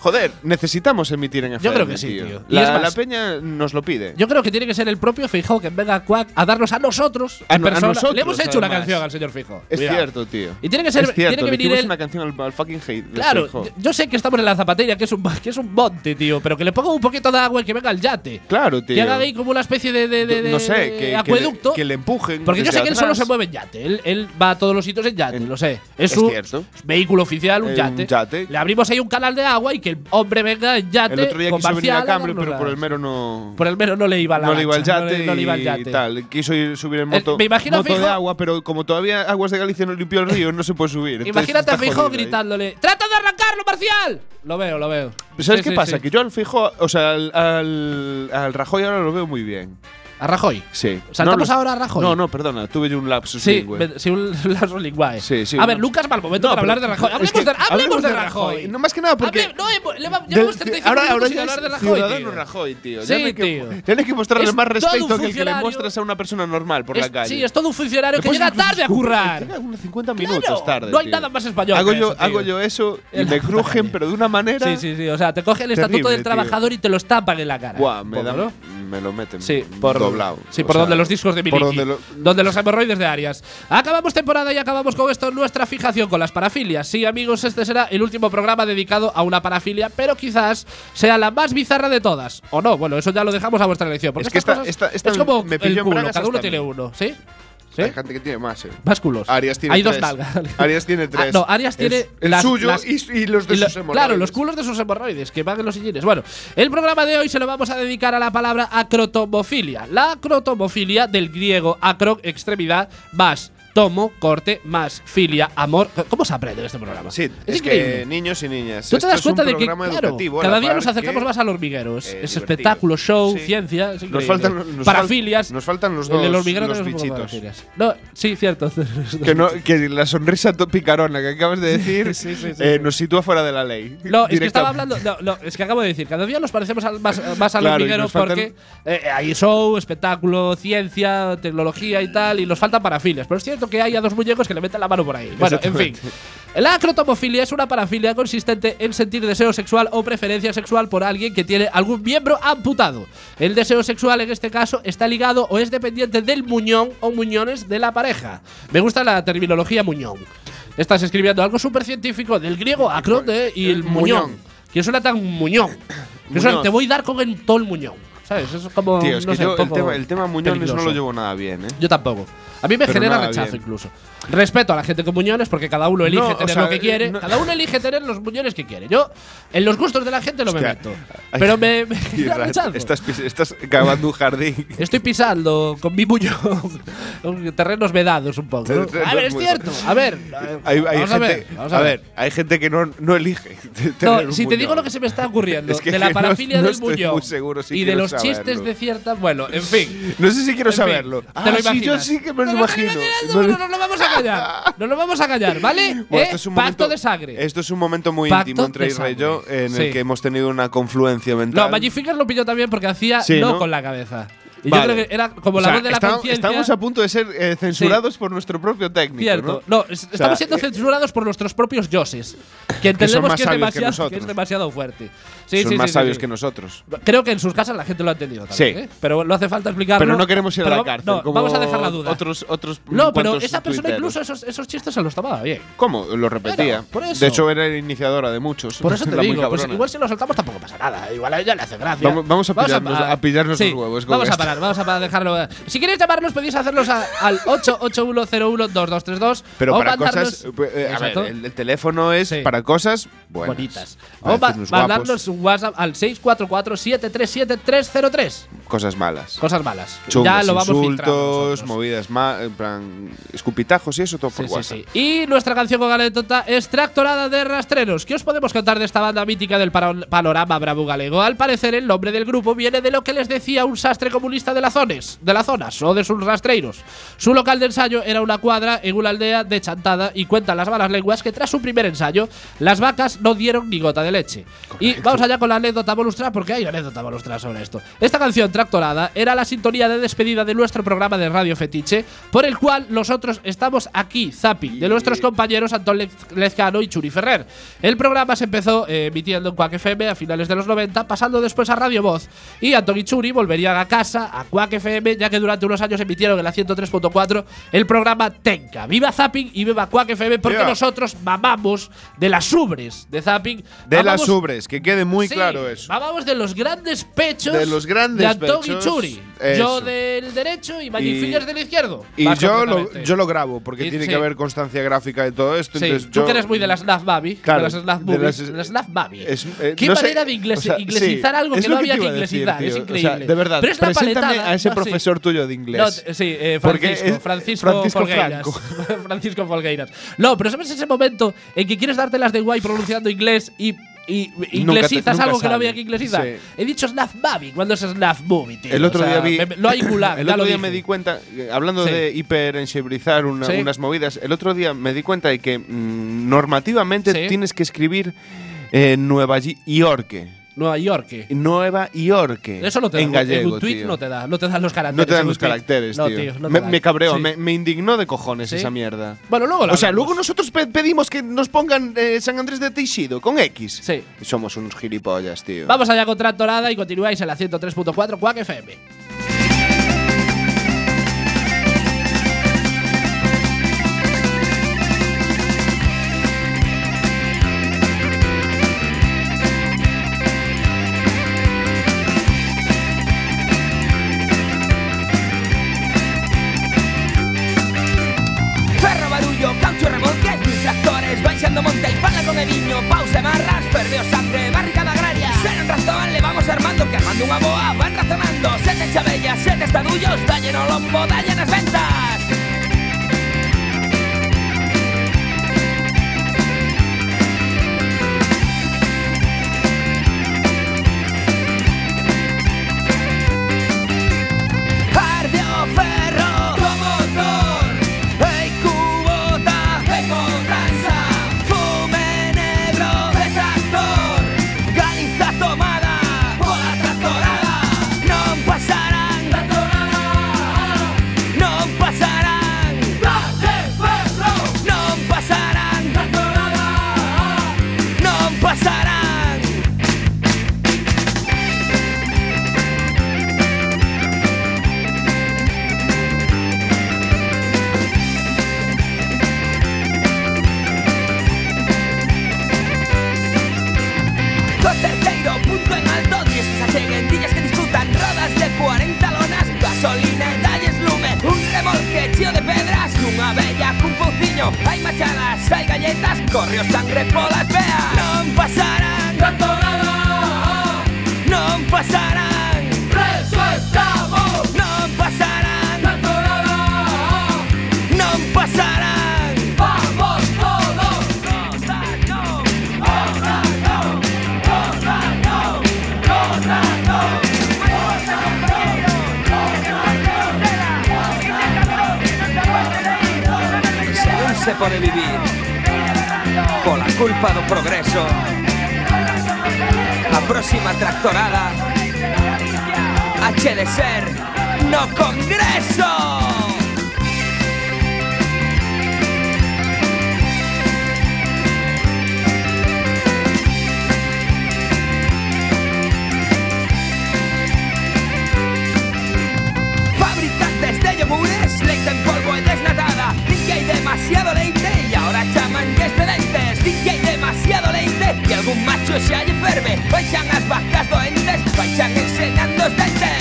S2: Joder, necesitamos emitir en FM.
S1: creo que sí, tío. Y
S2: La,
S1: es más-
S2: la peña nos lo pide.
S1: Yo creo que tiene que ser el propio Feijó que venga a Quack a darnos a nosotros,
S2: A
S1: en
S2: no- a
S1: persona.
S2: nosotros,
S1: Le hemos hecho una
S2: además.
S1: canción al señor Feijó.
S2: es
S1: Cuidado.
S2: cierto, tío.
S1: Y tiene que ser-
S2: Es cierto,
S1: tiene que
S2: le
S1: venir
S2: hicimos
S1: él-
S2: una canción al, al fucking hate. de
S1: Claro,
S2: Seijo.
S1: yo- yo sé que estamos en la zapatilla, que es un, que es un monte, tío, pero que le ponga un poquito de agua y que venga el yate.
S2: Claro, tío.
S1: Que haga ahí como una especie de, de- de-
S2: no sé,
S1: de
S2: que,
S1: acueducto.
S2: Que, le, que le empujen.
S1: porque yo sé
S2: desde
S1: que él solo
S2: atrás.
S1: se mueve en yate. Él, él va a todos los sitios en yate,
S2: En-
S1: lo sé. Es,
S2: es
S1: su
S2: cierto.
S1: vehículo oficial, un
S2: Eh, un
S1: yate.
S2: yate.
S1: Le abrimos ahí un canal de agua y que el hombre venga en yate.
S2: El otro día
S1: con
S2: quiso venir
S1: Marcial
S2: a Cambre,
S1: darnos
S2: pero por
S1: las-
S2: el mero no.
S1: Por el mero no le iba la
S2: no le iba el
S1: lancha,
S2: yate,
S1: no le- no le iba el
S2: y
S1: yate. Eh,
S2: tal. Quiso ir, subir en moto,
S1: me imagino a
S2: moto
S1: Feijóo-
S2: de agua, pero como todavía Aguas de Galicia no limpió el río, no se puede subir. entonces
S1: Imagínate a
S2: está
S1: Feijóo
S2: jodido ahí.
S1: gritándole: ¡Trata de arrancarlo, Marcial! Lo veo, lo veo.
S2: Pues, ¿Sabes
S1: Sí,
S2: qué
S1: sí,
S2: pasa?
S1: sí.
S2: Que yo al Fijo, o sea, al, al, al Rajoy ahora lo veo muy bien.
S1: ¿A Rajoy?
S2: Sí.
S1: ¿Saltamos
S2: No, lo-
S1: ahora a Rajoy?
S2: No, no, perdona, tuve yo un lapsus
S1: Sí,
S2: lingüe.
S1: me- sí, un lazo lingüe.
S2: Sí, sí,
S1: a ver,
S2: no.
S1: Lucas, para el momento
S2: No,
S1: para
S2: pero-
S1: hablar de Rajoy.
S2: es
S1: Hablemos,
S2: que
S1: de, hablemos de Rajoy.
S2: No más que nada porque.
S1: Hable- no, hemos- le va-
S2: del-
S1: llevamos 35
S2: ahora, ahora
S1: minutos sin
S2: ya
S1: hablar de
S2: es
S1: Rajoy.
S2: ciudadano
S1: tío.
S2: Rajoy, tío.
S1: Sí,
S2: ya no hay que,
S1: tío.
S2: ya no hay que mostrarle
S1: Es
S2: más
S1: todo un
S2: respeto que el que le
S1: funcionario.
S2: muestras a una persona normal por
S1: Es,
S2: la calle.
S1: sí, es todo un funcionario que
S2: Después
S1: llega
S2: incluso
S1: tarde a
S2: escupe,
S1: currar.
S2: Llega unos 50
S1: Claro,
S2: minutos tarde.
S1: no hay
S2: tío.
S1: nada más español
S2: Hago,
S1: que
S2: yo,
S1: eso, tío.
S2: hago yo eso y
S1: En la
S2: me
S1: puta
S2: crujen,
S1: calle.
S2: pero de una manera.
S1: Sí, sí, sí. O sea, te coge el estatuto
S2: Terrible,
S1: del
S2: tío.
S1: trabajador y te lo estampan en la cara.
S2: Buah,
S1: Poco,
S2: me, dan-
S1: ¿no?
S2: me lo meten.
S1: Sí, por,
S2: doblado.
S1: Sí,
S2: O
S1: por
S2: sea,
S1: donde los discos de Miliki.
S2: por
S1: Donde,
S2: donde lo-
S1: los hemorroides de Arias. Acabamos temporada y acabamos con esto nuestra fijación con las parafilias. Sí, amigos, este será el último programa dedicado a una parafilia, pero quizás sea la más bizarra de todas. O no, bueno, eso ya lo dejamos a vuestra elección. Porque
S2: Es que
S1: estas
S2: esta-
S1: cosas
S2: esta- esta
S1: es como
S2: me
S1: el
S2: pilló en
S1: culo,
S2: bragas
S1: cada uno
S2: hasta
S1: tiene
S2: a mí.
S1: uno. ¿Sí? ¿Sí?
S2: Hay gente que tiene más, eh.
S1: Más culos.
S2: Arias tiene
S1: Hay dos
S2: tres.
S1: nalgas.
S2: Arias tiene tres.
S1: Ah, no, Arias
S2: El-
S1: tiene
S2: el
S1: las-
S2: suyo
S1: las-
S2: y, y los de
S1: y lo-
S2: sus hemorroides.
S1: Claro, los culos de sus hemorroides, que van en los sillines. Bueno, el programa de hoy se lo vamos a dedicar a la palabra acrotomofilia. La acrotomofilia del griego acro, extremidad, más tomo, corte, más filia, amor. ¿Cómo se aprende en este programa?
S2: Sí,
S1: es,
S2: es,
S1: increíble.
S2: que niños y niñas.
S1: Tú te
S2: esto
S1: das
S2: es un
S1: cuenta de que,
S2: programa
S1: claro,
S2: educativo, a la
S1: cada día
S2: par
S1: nos acercamos
S2: que
S1: más al hormigueros.
S2: eh,
S1: es
S2: divertido.
S1: espectáculo, show,
S2: Sí.
S1: ciencia. es
S2: Nos
S1: increíble.
S2: faltan, nos fal-
S1: parafilias.
S2: nos faltan los
S1: El
S2: dos.
S1: del hormiguero
S2: los
S1: tenemos un poco de
S2: bichitos.
S1: parafilias. No, sí, cierto.
S2: Que, no, que la sonrisa to- picarona que acabas de decir
S1: Sí, sí, sí,
S2: eh,
S1: sí.
S2: nos sitúa fuera de la ley.
S1: No, es que estaba
S2: Directamente.
S1: hablando. No, no, es que acabo de decir, cada día nos parecemos al- más, más a los
S2: Claro, y
S1: hormigueros
S2: nos
S1: porque
S2: faltan-
S1: eh, hay show, espectáculo, ciencia, tecnología y tal, y nos faltan parafiles. Pero es cierto que hay a dos muñecos que le meten la mano por ahí. Bueno, en fin. La acrotomofilia es una parafilia consistente en sentir deseo sexual o preferencia sexual por alguien que tiene algún miembro amputado. El deseo sexual en este caso está ligado o es dependiente del muñón o muñones de la pareja. Me gusta la terminología muñón. Estás escribiendo algo súper científico del griego acro de- y el muñón. Que suena tan muñón. Que suena,
S2: Muñón.
S1: te voy a dar con el todo el muñón. ¿Sabes? Eso es como.
S2: Tío, es
S1: no
S2: que
S1: sé,
S2: yo
S1: un
S2: el
S1: poco
S2: tema, el tema muñones no
S1: peligroso.
S2: lo llevo nada bien, ¿eh?
S1: Yo tampoco. A mí me
S2: Pero
S1: genera
S2: nada,
S1: rechazo
S2: bien.
S1: incluso. Respeto a la gente con muñones porque cada uno elige
S2: No, o
S1: tener
S2: sea,
S1: lo que
S2: eh,
S1: quiere.
S2: no-
S1: Cada uno elige tener los muñones que quiere. Yo en los gustos de la gente no me
S2: Hostia.
S1: meto.
S2: Ay,
S1: Pero me, me genera
S2: Ra-
S1: rechazo.
S2: estás, pis- estás cavando un jardín.
S1: Estoy pisando con mi muñón terrenos vedados un poco. ¿no?
S2: Terrenos
S1: A ver, es
S2: muy-
S1: cierto. A ver.
S2: Hay, hay
S1: vamos
S2: gente,
S1: a ver. vamos
S2: a ver, hay gente que no, no elige. te-
S1: No,
S2: tener un
S1: si te digo
S2: muñón.
S1: lo que se me está ocurriendo,
S2: Es que
S1: de la
S2: no-
S1: parafilia
S2: no
S1: del
S2: estoy
S1: bullón
S2: muy seguro si
S1: y de
S2: quiero
S1: los
S2: saberlo.
S1: chistes de ciertas. Bueno, en fin.
S2: No sé si quiero
S1: En fin,
S2: saberlo.
S1: ¿te
S2: Ah,
S1: lo
S2: sí, yo
S1: imaginas?
S2: sí que me lo
S1: No, no, no,
S2: imagino.
S1: no, no, no,
S2: Me lo-
S1: no, no, nos vamos a callar. No nos vamos a callar, ¿vale?
S2: Bueno,
S1: ¿Eh?
S2: esto es un
S1: Pacto
S2: momento-
S1: de sangre.
S2: Esto es un momento muy
S1: Pacto
S2: íntimo entre
S1: de
S2: Isra y
S1: sangre.
S2: yo en
S1: Sí.
S2: el que hemos tenido una confluencia mental.
S1: no, Magificar lo pilló también porque hacía
S2: Sí,
S1: no,
S2: ¿no?
S1: con la cabeza. Y
S2: Vale.
S1: yo creo que era como
S2: O
S1: la
S2: sea,
S1: voz de la
S2: estamos-
S1: conciencia.
S2: Estamos a punto de ser eh, censurados por nuestro propio técnico.
S1: Cierto.
S2: ¿no?
S1: No, es- estamos siendo
S2: eh,
S1: censurados por nuestros propios yoses, que entendemos
S2: más
S1: que, es
S2: sabios que
S1: demasiado, que
S2: nosotros.
S1: es demasiado fuerte. Sí,
S2: Son
S1: sí,
S2: más
S1: sí, sí,
S2: sabios
S1: sí.
S2: que nosotros.
S1: Creo que en sus casas la gente lo ha entendido también,
S2: Sí.
S1: ¿eh? Pero no hace falta explicarlo.
S2: Pero no queremos ir
S1: Pero
S2: a la
S1: va-
S2: cárcel.
S1: no,
S2: como
S1: vamos a dejar la duda.
S2: Otros, otros
S1: no, pero
S2: cuantos
S1: esa persona
S2: tuiteros.
S1: incluso esos, esos chistes se los tomaba bien.
S2: ¿Cómo? Lo repetía.
S1: Bueno, por eso.
S2: De hecho, era iniciadora de muchos.
S1: Por eso te
S2: Era muy
S1: digo, pues
S2: cabrona.
S1: igual si nos saltamos tampoco pasa nada. Igual a ella le hace gracia.
S2: Vamos- vamos a pillarnos-
S1: parar.
S2: a pillarnos
S1: Sí,
S2: los huevos con
S1: Vamos a
S2: esto.
S1: parar, vamos a parar, dejarlo. eh. Si queréis llamarnos, podéis hacerlos a- al 881012232.
S2: Pero
S1: o
S2: para
S1: mandarnos-
S2: cosas. eh, a ver,
S1: Exacto.
S2: el, el teléfono es
S1: Sí.
S2: para cosas buenas.
S1: bonitas.
S2: Para
S1: O ma-
S2: decirnos guapos,
S1: mandarnos un WhatsApp al 644-737-303.
S2: Cosas malas.
S1: Cosas malas.
S2: Chungos,
S1: ya lo vamos filtrando
S2: insultos,
S1: nosotros.
S2: movidas ma- en plan, escupitajos y eso todo
S1: Sí,
S2: por
S1: sí,
S2: WhatsApp.
S1: sí. Y nuestra canción con Gale Tonta es Tractorada de Rastreros. ¿Qué os podemos contar de esta banda mítica del paro- panorama bravo galego? Al parecer, el nombre del grupo viene de lo que les decía un sastre comunista de las zonas, de las zonas o de sus rastreiros. Su local de ensayo era una cuadra en una aldea de Chantada y cuentan las malas lenguas que tras su primer ensayo, las vacas no dieron ni gota de leche. Y vamos allá con la anécdota molustra, porque hay anécdota molustra sobre esto. Esta canción tractorada era la sintonía de despedida de nuestro programa de Radio Fetiche, por el cual nosotros estamos aquí, Zapi, de nuestros compañeros Antón Lez- Lezcano y Churi Ferrer. El programa se empezó eh, emitiendo en Quack FM a finales de los 90, pasando después a Radio Voz, y Antón y Churi volverían a casa, a Quack FM, ya que durante unos años emitieron en la 103.4 el programa Tenka. ¡Viva Zapping y viva Quack FM! Porque
S2: Yeah.
S1: nosotros mamamos de las ubres de Zapping.
S2: De las
S1: mamamos-
S2: ubres, que quede muy
S1: Ah, Sí,
S2: claro eso.
S1: Hablábamos de los grandes pechos
S2: De los grandes
S1: de Antón y
S2: pechos,
S1: Churi.
S2: eso.
S1: Yo del derecho y Magic
S2: Y-
S1: Fingers del izquierdo.
S2: Y
S1: Más
S2: yo lo,
S1: concretamente.
S2: yo lo grabo, porque
S1: Y-
S2: tiene
S1: sí.
S2: que haber constancia gráfica de todo esto.
S1: Sí,
S2: entonces
S1: tú
S2: yo-
S1: que eres muy de las Snaf Baby.
S2: Claro,
S1: de las Snaf
S2: de
S1: Babies,
S2: las-
S1: de las Snaf Baby.
S2: Es- eh,
S1: Qué
S2: no sé,
S1: manera de ingles-
S2: o sea, sí,
S1: inglesizar algo
S2: es
S1: que
S2: lo
S1: no había
S2: te
S1: que
S2: iba a decir,
S1: inglesizar.
S2: tío.
S1: es
S2: O sea,
S1: increíble.
S2: de verdad,
S1: Pero es la
S2: preséntame
S1: paletada.
S2: a ese
S1: no, sí.
S2: profesor tuyo de
S1: No,
S2: inglés.
S1: t- sí, eh,
S2: Porque
S1: Francisco,
S2: es
S1: Francisco,
S2: Francisco
S1: Folgueiras.
S2: Franco.
S1: Francisco Folgueiras. No, pero ¿sabes ese momento en que quieres darte las de guay pronunciando inglés y, y inglesizas
S2: nunca
S1: algo que
S2: sale.
S1: no había que inglesizar?
S2: Sí.
S1: He dicho Snaf Baby. ¿Cuándo es Snaf Movie, tío?
S2: El otro
S1: O sea,
S2: día vi.
S1: me- me- Lo hay gulag,
S2: El
S1: ya
S2: otro
S1: lo
S2: día
S1: dije.
S2: me di cuenta, eh, hablando
S1: Sí.
S2: de hiperensibilizar una-
S1: Sí.
S2: unas movidas, el otro día me di cuenta de que mm, normativamente
S1: Sí.
S2: tienes que escribir eh, Nueva Yi- York.
S1: Nueva York.
S2: Nueva York.
S1: Eso no te
S2: En
S1: da.
S2: gallego.
S1: un tweet
S2: tío.
S1: no te da. No te dan los caracteres.
S2: No te dan
S1: en
S2: los
S1: un tuit.
S2: caracteres,
S1: No,
S2: tío.
S1: no te
S2: me,
S1: dan.
S2: me cabreó,
S1: Sí.
S2: me, me indignó de cojones
S1: Sí.
S2: esa mierda.
S1: Bueno, luego lo
S2: O sea,
S1: hablamos.
S2: luego nosotros pe- pedimos que nos pongan eh, San Andrés de Teixido con X.
S1: Sí.
S2: Somos unos gilipollas, tío.
S1: Vamos allá con Tractorada y continuáis en la 103.4 Quack FM.
S6: Ferro, barullo, caucho, remolques, mil tractores, baixando monte y paga con el niño, pausa, marras, perdió sangre, barricada agraria. Ser un razón, le vamos armando, que armando una boa, van razonando, sete chabellas, sete estadullos, da lleno lombo, da llenas ventas. Ardió ferro con motor, el cubota de contranza, fume negro de tractor, galiza tomada, bola tractorada, no pasarán, tractorada, no pasarán, ferro, no pasarán, tractorada, no pasarán. Con tercero, punto en alto, 10 que se acheguen, dillas que discutan, rodas de 40 lonas, gasolina, dalles lume, un remolque chío de pedras, una bella, un fauciño, hay machadas, hay galletas, corrió sangre por las veas. No pasarán, tractorada, no pasarán, preso estamos, no pasarán, tractorada, no pasarán, vamos todos, Rosa, no, Rosa, no. Según se pode vivir Pola culpa do progreso A próxima tractorada Hache de ser no congreso. Fabricantes de yogures, leite en polvo y desnatada, DJ demasiado leite y ahora chaman de excelentes, DJ demasiado leite y algún macho se halla enferme, vayan las vacas doentes, vayan enseñando los dentes.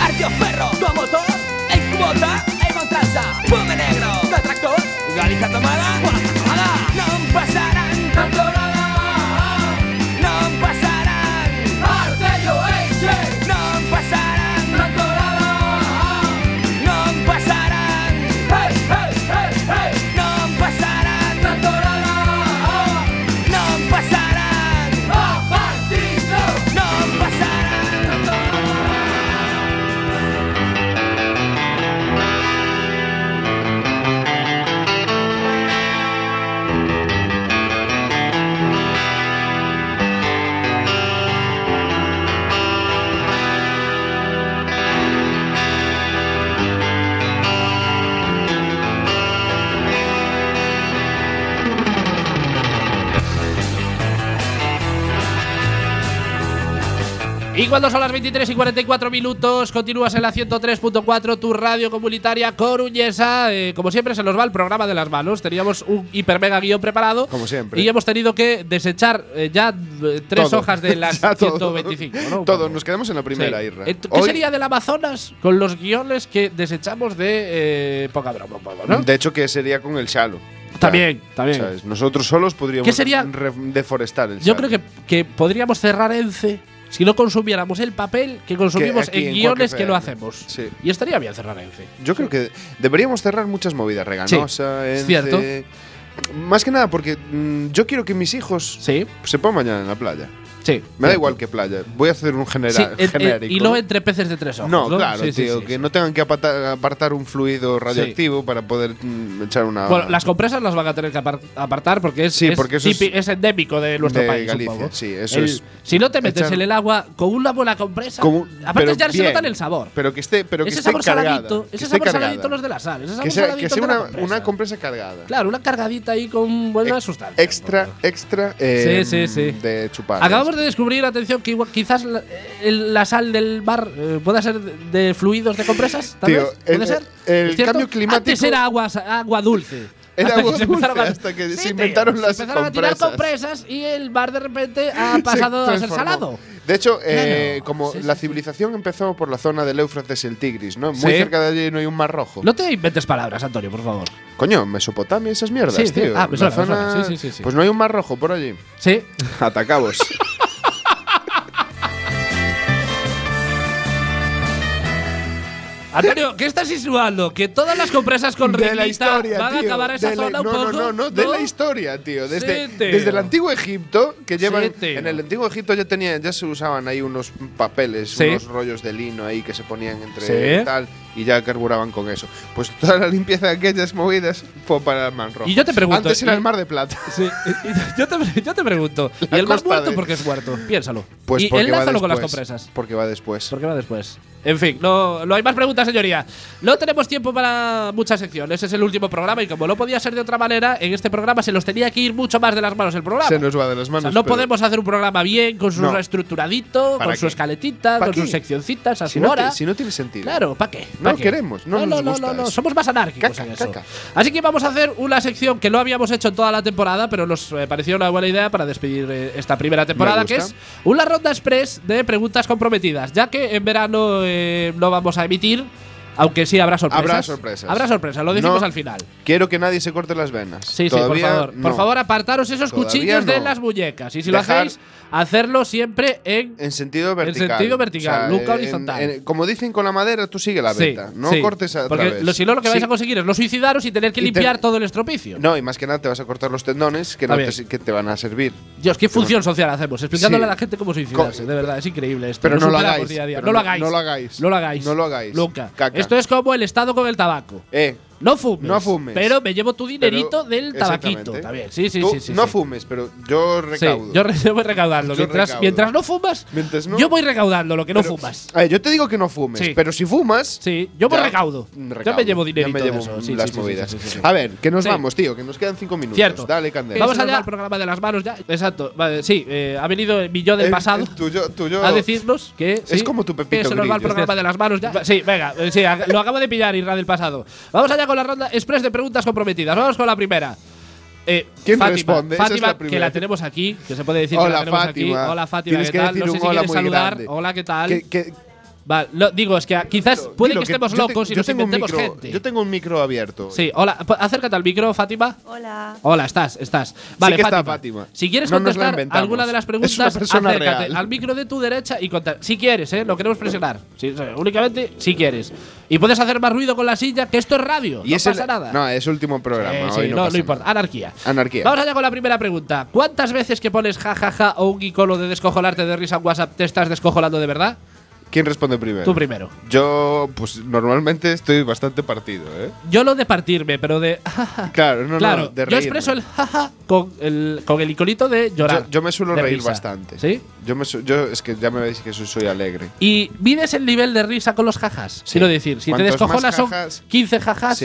S6: Artio Ferro, tu motor, en cuota, en Montanza, Fume Negro, tu atractor, Galicia tomada, Guadalajara tomada. No pasarán, tanto nada, no pasarán, Artello Eixe, no pasarán, tanto nada, no pasarán, hey, hey, hey, hey, no pasarán, tanto nada, no pasarán, a partido, no pasarán, tanto
S1: Y cuando son las 23 y 44 minutos, continúas en la 103.4, tu radio comunitaria coruñesa. Eh, como siempre, se nos va el programa de las manos. Teníamos un hiper mega guión preparado.
S2: Como siempre.
S1: Y hemos tenido que desechar eh, ya eh, tres
S2: Todo.
S1: hojas de las
S2: Ya todo.
S1: 125. ¿no?
S2: Todos,
S1: Cuando-
S2: nos quedamos en la primera,
S1: Sí.
S2: Irra.
S1: Eh, ¿Qué
S2: Hoy-
S1: sería del Amazonas con los guiones que desechamos de eh, Poca Broma? un poco, ¿no?
S2: De hecho, que sería con el Shalo.
S1: También, también.
S2: ¿Sabes? Nosotros solos podríamos
S1: ¿Qué sería?
S2: re- deforestar el
S1: Yo
S2: Shalo.
S1: creo que, que podríamos cerrar Ence si no consumiéramos el papel que consumimos
S2: aquí
S1: en,
S2: en
S1: guiones
S2: cualquier
S1: que lo
S2: FM.
S1: hacemos.
S2: Sí.
S1: Y estaría bien cerrar Ence.
S2: Yo creo que deberíamos cerrar muchas movidas. Reganosa,
S1: es
S2: Ence-
S1: cierto.
S2: Más que nada porque mm, yo quiero que mis hijos
S1: Sí,
S2: se pongan mañana en la playa.
S1: sí.
S2: Me da igual qué playa. Voy a hacer un general,
S1: Sí, en- en-
S2: genérico.
S1: y no entre peces de tres ojos. No,
S2: No, claro,
S1: Sí, sí,
S2: tío.
S1: sí,
S2: que
S1: sí.
S2: no tengan que apata- apartar un fluido radioactivo para poder mm, echar una.
S1: Bueno, las compresas las van a tener que apar- apartar porque es,
S2: Sí,
S1: es
S2: porque eso es-
S1: típi- es endémico de nuestro
S2: de
S1: país. un
S2: Galicia,
S1: poco.
S2: sí, eso
S1: El-
S2: es
S1: Si no te metes
S2: echar-
S1: en el agua con una buena compresa,
S2: Como un-
S1: aparte
S2: pero
S1: ya se
S2: bien.
S1: notan el sabor.
S2: Pero que esté, pero que
S1: ese
S2: esté
S1: sabor
S2: cargada,
S1: saladito,
S2: que
S1: ese
S2: esté
S1: sabor
S2: cargada.
S1: saladito los de la sal, ese sabor
S2: que sea,
S1: saladito
S2: que sea
S1: de la
S2: una,
S1: compresa.
S2: una compresa cargada.
S1: Claro, una cargadita ahí con buena
S2: Ex-
S1: sustancia.
S2: Extra,
S1: un poco.
S2: extra eh,
S1: Sí, sí, sí.
S2: de chupar.
S1: Acabamos de descubrir, atención, que igual- quizás la, el- la sal del bar eh, pueda ser de, de fluidos de compresas. ¿tal
S2: Tío,
S1: vez? ¿Puede
S2: el-
S1: ser?
S2: el
S1: ¿Es cierto?
S2: cambio climático-
S1: Antes era agua, sa- agua dulce.
S2: Era
S1: Hasta que
S2: agua
S1: se
S2: dulce,
S1: empezaron
S2: hasta que se
S1: tío,
S2: inventaron las
S1: empezaron a tirar
S2: compresas.
S1: compresas y el bar de repente ha pasado a ser salado.
S2: De hecho, eh,
S1: Claro.
S2: como
S1: Sí, sí,
S2: la
S1: sí.
S2: civilización empezó por la zona del Éufrates y el Tigris, ¿no? Muy
S1: Sí.
S2: cerca de allí no hay un mar rojo.
S1: No te inventes palabras, Antonio, por favor.
S2: Coño, Mesopotamia, esas mierdas,
S1: Sí, sí.
S2: tío.
S1: Ah, me
S2: La
S1: suena, me suena. Sí, sí, sí, sí.
S2: Pues no hay un mar rojo por allí.
S1: Sí.
S2: Atacabos.
S1: Antonio, ¿qué estás insinuando? ¿Que todas las compresas con
S2: de la
S1: rinita
S2: historia,
S1: van a
S2: tío.
S1: acabar esa
S2: De la-
S1: zona un
S2: no,
S1: poco?
S2: no, no, no, de la historia, tío. Desde,
S1: Sí, tío.
S2: desde el antiguo Egipto, que llevan.
S1: tío.
S2: en el antiguo Egipto ya tenía, ya se usaban ahí unos papeles,
S1: Sí.
S2: unos rollos de lino ahí que se ponían entre
S1: Sí.
S2: tal y ya carburaban con eso. Pues toda la limpieza de aquellas movidas fue para el mar rojo.
S1: Y yo te pregunto,
S2: Antes era
S1: ¿y-
S2: el mar de plata.
S1: Sí, y- y yo, te, pre- yo te pregunto,
S2: La
S1: ¿y el más
S2: costa
S1: muerto
S2: de-
S1: porque es muerto? Piénsalo.
S2: Pues
S1: y
S2: porque va
S1: enlázalo
S2: después.
S1: con las compresas.
S2: Porque va después.
S1: Porque va después. En fin, no, no hay más preguntas, señoría. No tenemos tiempo para muchas secciones. Ese es el último programa y como no podía ser de otra manera, en este programa se nos tenía que ir mucho más de las manos el programa.
S2: se nos va de las
S1: O sea,
S2: manos.
S1: no
S2: pero-
S1: podemos hacer un programa bien, con su
S2: No.
S1: estructuradito,
S2: ¿Para
S1: con su
S2: qué?
S1: escaletita,
S2: ¿Pa
S1: con
S2: qué?
S1: sus seccioncitas, a
S2: Si
S1: su
S2: no,
S1: hora.
S2: ti- si no tiene sentido.
S1: Claro, ¿para qué?
S2: No
S1: ¿Pa qué?
S2: queremos, no nos gusta
S1: no, no,
S2: eso.
S1: somos más anárquicos
S2: Caca,
S1: en eso.
S2: caca.
S1: Así que vamos a hacer una sección que no habíamos hecho en toda la temporada, pero nos eh, pareció una buena idea para despedir eh, esta primera temporada,
S2: Me
S1: que
S2: gusta.
S1: es una ronda express de preguntas comprometidas, ya que en verano eh, no vamos a emitir, aunque sí habrá sorpresas.
S2: Habrá sorpresas.
S1: Habrá sorpresas, lo decimos
S2: No.
S1: al final.
S2: Quiero que nadie se corte las venas.
S1: Sí, sí,
S2: Todavía
S1: por favor. Por
S2: no.
S1: favor, apartaros esos
S2: Todavía
S1: cuchillos de
S2: no.
S1: las muñecas. Y si lo
S2: Dejar-
S1: hacéis, hacerlo siempre en
S2: En sentido vertical.
S1: sentido vertical, nunca horizontal.
S2: como dicen con la madera, tú sigue la veta. no
S1: sí.
S2: cortes a
S1: Porque
S2: través.
S1: lo- si no, lo que vais
S2: Sí.
S1: a conseguir es no suicidaros y tener que
S2: Y te-
S1: limpiar todo el estropicio.
S2: No, y más que nada te vas a cortar los tendones que,
S1: Está
S2: no
S1: bien.
S2: te, que te van a servir.
S1: Dios, qué función social hacemos, explicándole
S2: Sí.
S1: a la gente cómo suicidarse.
S2: Co-
S1: De verdad, es increíble esto.
S2: Pero no lo
S1: superamos
S2: hagáis,
S1: día a día.
S2: pero
S1: No lo
S2: no-
S1: hagáis.
S2: no lo hagáis.
S1: No lo hagáis.
S2: No lo hagáis.
S1: Nunca.
S2: Caca.
S1: Esto es como el Estado con el tabaco.
S2: Eh,
S1: No fumes.
S2: No fumes.
S1: Pero me llevo tu dinerito
S2: Pero-
S1: del tabaquito.
S2: exactamente.
S1: Está bien. Sí, sí,
S2: Tú
S1: sí, sí.
S2: no
S1: sí.
S2: fumes, pero yo
S1: Sí,
S2: recaudo.
S1: yo re- yo voy recaudando.
S2: Yo
S1: mientras,
S2: recaudo.
S1: mientras no fumas,
S2: Mientras no-
S1: yo voy recaudando lo que no fumas.
S2: A ver, yo te digo que no fumes,
S1: Sí.
S2: pero si fumas.
S1: Sí, yo me
S2: ya- Mm,
S1: recaudo. Ya me llevo dinerito.
S2: Ya me
S1: de
S2: llevo
S1: eso. Sí,
S2: las
S1: sí, sí,
S2: movidas.
S1: sí, sí, sí.
S2: A ver, que nos
S1: Sí.
S2: vamos, tío, que nos quedan cinco minutos.
S1: Cierto.
S2: Dale, Candela.
S1: Vamos
S3: Eso
S1: allá
S3: va.
S1: al programa de las manos ya. Exacto. Vale, sí, eh, ha venido mi yo del
S2: El-
S1: pasado.
S2: el tuyo- tuyo-
S1: a decirnos que sí,
S2: como tu Pepito
S1: que se nos va el
S2: Grillo.
S1: programa de las manos ya. Va- Sí, venga, eh, sí, ag- lo acabo de pillar Irra del pasado. Vamos allá con la ronda express de preguntas comprometidas. Vamos con la primera. Eh,
S2: ¿Quién
S1: Fátima,
S2: responde? Esa es
S1: Fátima,
S2: la primera.
S1: que la tenemos aquí, que se puede decir que
S2: Hola,
S1: la tenemos
S2: Fátima.
S1: aquí. Hola Fátima,
S2: Tienes
S1: ¿qué
S2: que
S1: tal?
S2: decir
S1: No sé
S2: un
S1: si
S2: hola
S1: quieres
S2: muy
S1: saludar.
S2: grande.
S1: Hola, ¿qué tal?
S2: Que- que-
S1: Vale, no, digo, es que ah, quizás puede
S2: dilo,
S1: que estemos
S2: yo te-
S1: locos y
S2: yo
S1: nos
S2: tengo un
S1: inventemos
S2: micro-
S1: gente.
S2: Yo tengo un micro abierto.
S1: Sí, hola, p- acércate al micro, Fátima.
S7: Hola.
S1: Hola, estás, estás. Vale,
S2: que está
S1: Fátima.
S2: Fátima.
S1: Si quieres
S2: No nos la
S1: contestar
S2: inventamos.
S1: alguna de las
S2: Es
S1: preguntas,
S2: una persona
S1: acércate
S2: real.
S1: al micro de tu derecha y conta. Si quieres, ¿eh? No queremos presionar. Sí, o sea, únicamente si quieres. Y puedes hacer más ruido con la silla, que esto es radio.
S2: Y
S1: no
S2: es
S1: pasa
S2: el-
S1: nada.
S2: No, es último programa.
S1: Eh, sí,
S2: hoy
S1: no,
S2: no,
S1: no
S2: pasa
S1: importa.
S2: nada.
S1: Anarquía.
S2: Anarquía.
S1: Vamos allá con la primera pregunta. ¿Cuántas veces que pones jajaja o un icono de descojolarte de risa en WhatsApp te estás descojolando de verdad?
S2: ¿Quién responde primero?
S1: Tú primero.
S2: Yo, pues normalmente estoy bastante partido, ¿eh?
S1: Yo lo de partirme, pero de. ah,
S2: Claro, no,
S1: claro,
S2: no, de
S1: yo
S2: reírme.
S1: expreso el jaja con el, con el iconito de llorar.
S2: Yo, yo me suelo
S1: de
S2: reír
S1: risa.
S2: bastante.
S1: ¿Sí?
S2: Yo, me su- yo es que ya me veis que soy, soy alegre.
S1: Y mides el nivel de risa con los jajas.
S2: Sí.
S1: Quiero decir, si te
S2: Cuantos
S1: descojonas
S2: más
S1: son
S2: jajas-
S1: 15 jajas.
S2: Sí,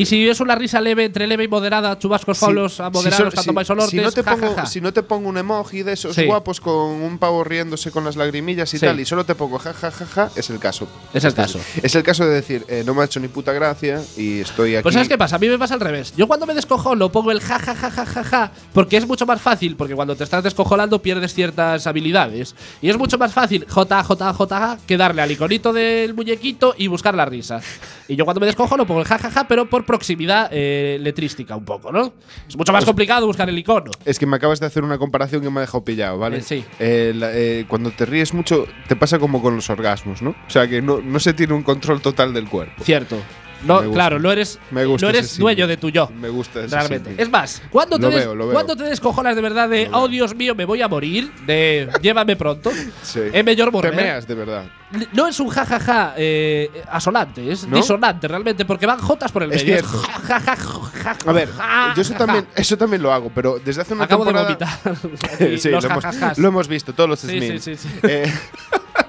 S1: Ah, Y si es una risa leve, entre leve y moderada, chubascos
S2: Si-
S1: solos, a
S2: si
S1: moderados,
S2: solo-
S1: tanto más sonortes,
S2: si no te
S1: jajaja.
S2: pongo, si no te pongo un emoji de esos
S1: Sí.
S2: guapos con un pavo riéndose con las lagrimillas y
S1: Sí.
S2: tal, y solo te pongo jajajaja, es el caso.
S1: Es el caso.
S2: Es el caso de decir, eh, no me ha hecho ni puta gracia y estoy aquí.
S1: Pues ¿sabes qué pasa? A mí me pasa al revés. Yo cuando me descojolo pongo el ja, ja, ja, ja, ja, ja, porque es mucho más fácil, porque cuando te estás descojolando pierdes ciertas habilidades. Y es mucho más fácil, J, J, J, ja, que darle al iconito del muñequito y buscar la risa. Y yo cuando me descojolo pongo el ja, ja, ja, pero por proximidad eh, letrística un poco, ¿no? Es mucho
S2: Pues
S1: más complicado buscar el icono.
S2: Es que me acabas de hacer una comparación que me ha dejado pillado, ¿vale?
S1: Eh, sí.
S2: Eh, la- eh, cuando te ríes mucho, te pasa como con los orgasmos, ¿no? O sea, que no, no se tiene un control total del cuerpo.
S1: Cierto. No,
S2: Me gusta.
S1: claro, no eres,
S2: Me gusta
S1: no
S2: ese
S1: eres
S2: símil.
S1: dueño de tu yo.
S2: Me gusta ese
S1: Realmente.
S2: símil.
S1: Es más, cuando te,
S2: Lo
S1: des-
S2: veo, lo veo.
S1: cuando te descojonas de verdad de, oh Dios mío, me voy a morir, de llévame pronto,
S2: Sí.
S1: es mejor
S2: Te
S1: morrer.
S2: meas, de verdad.
S1: No es un jajaja eh, asonante, es
S2: ¿No?
S1: disonante realmente, porque van jotas por el
S2: Es
S1: medio.
S2: cierto.
S1: ja, ja, ja, ja, ja,
S2: A ver,
S1: ja,
S2: yo eso
S1: ja, ja.
S2: también, eso también lo hago, pero desde hace una
S1: Acabo de
S2: temporada.
S1: vomitar.
S2: Eh, sí,
S1: los
S2: lo, hemos,
S1: jajajas.
S2: lo hemos visto, todos los
S1: Sí,
S2: Smiths.
S1: sí, sí, sí.
S2: Eh,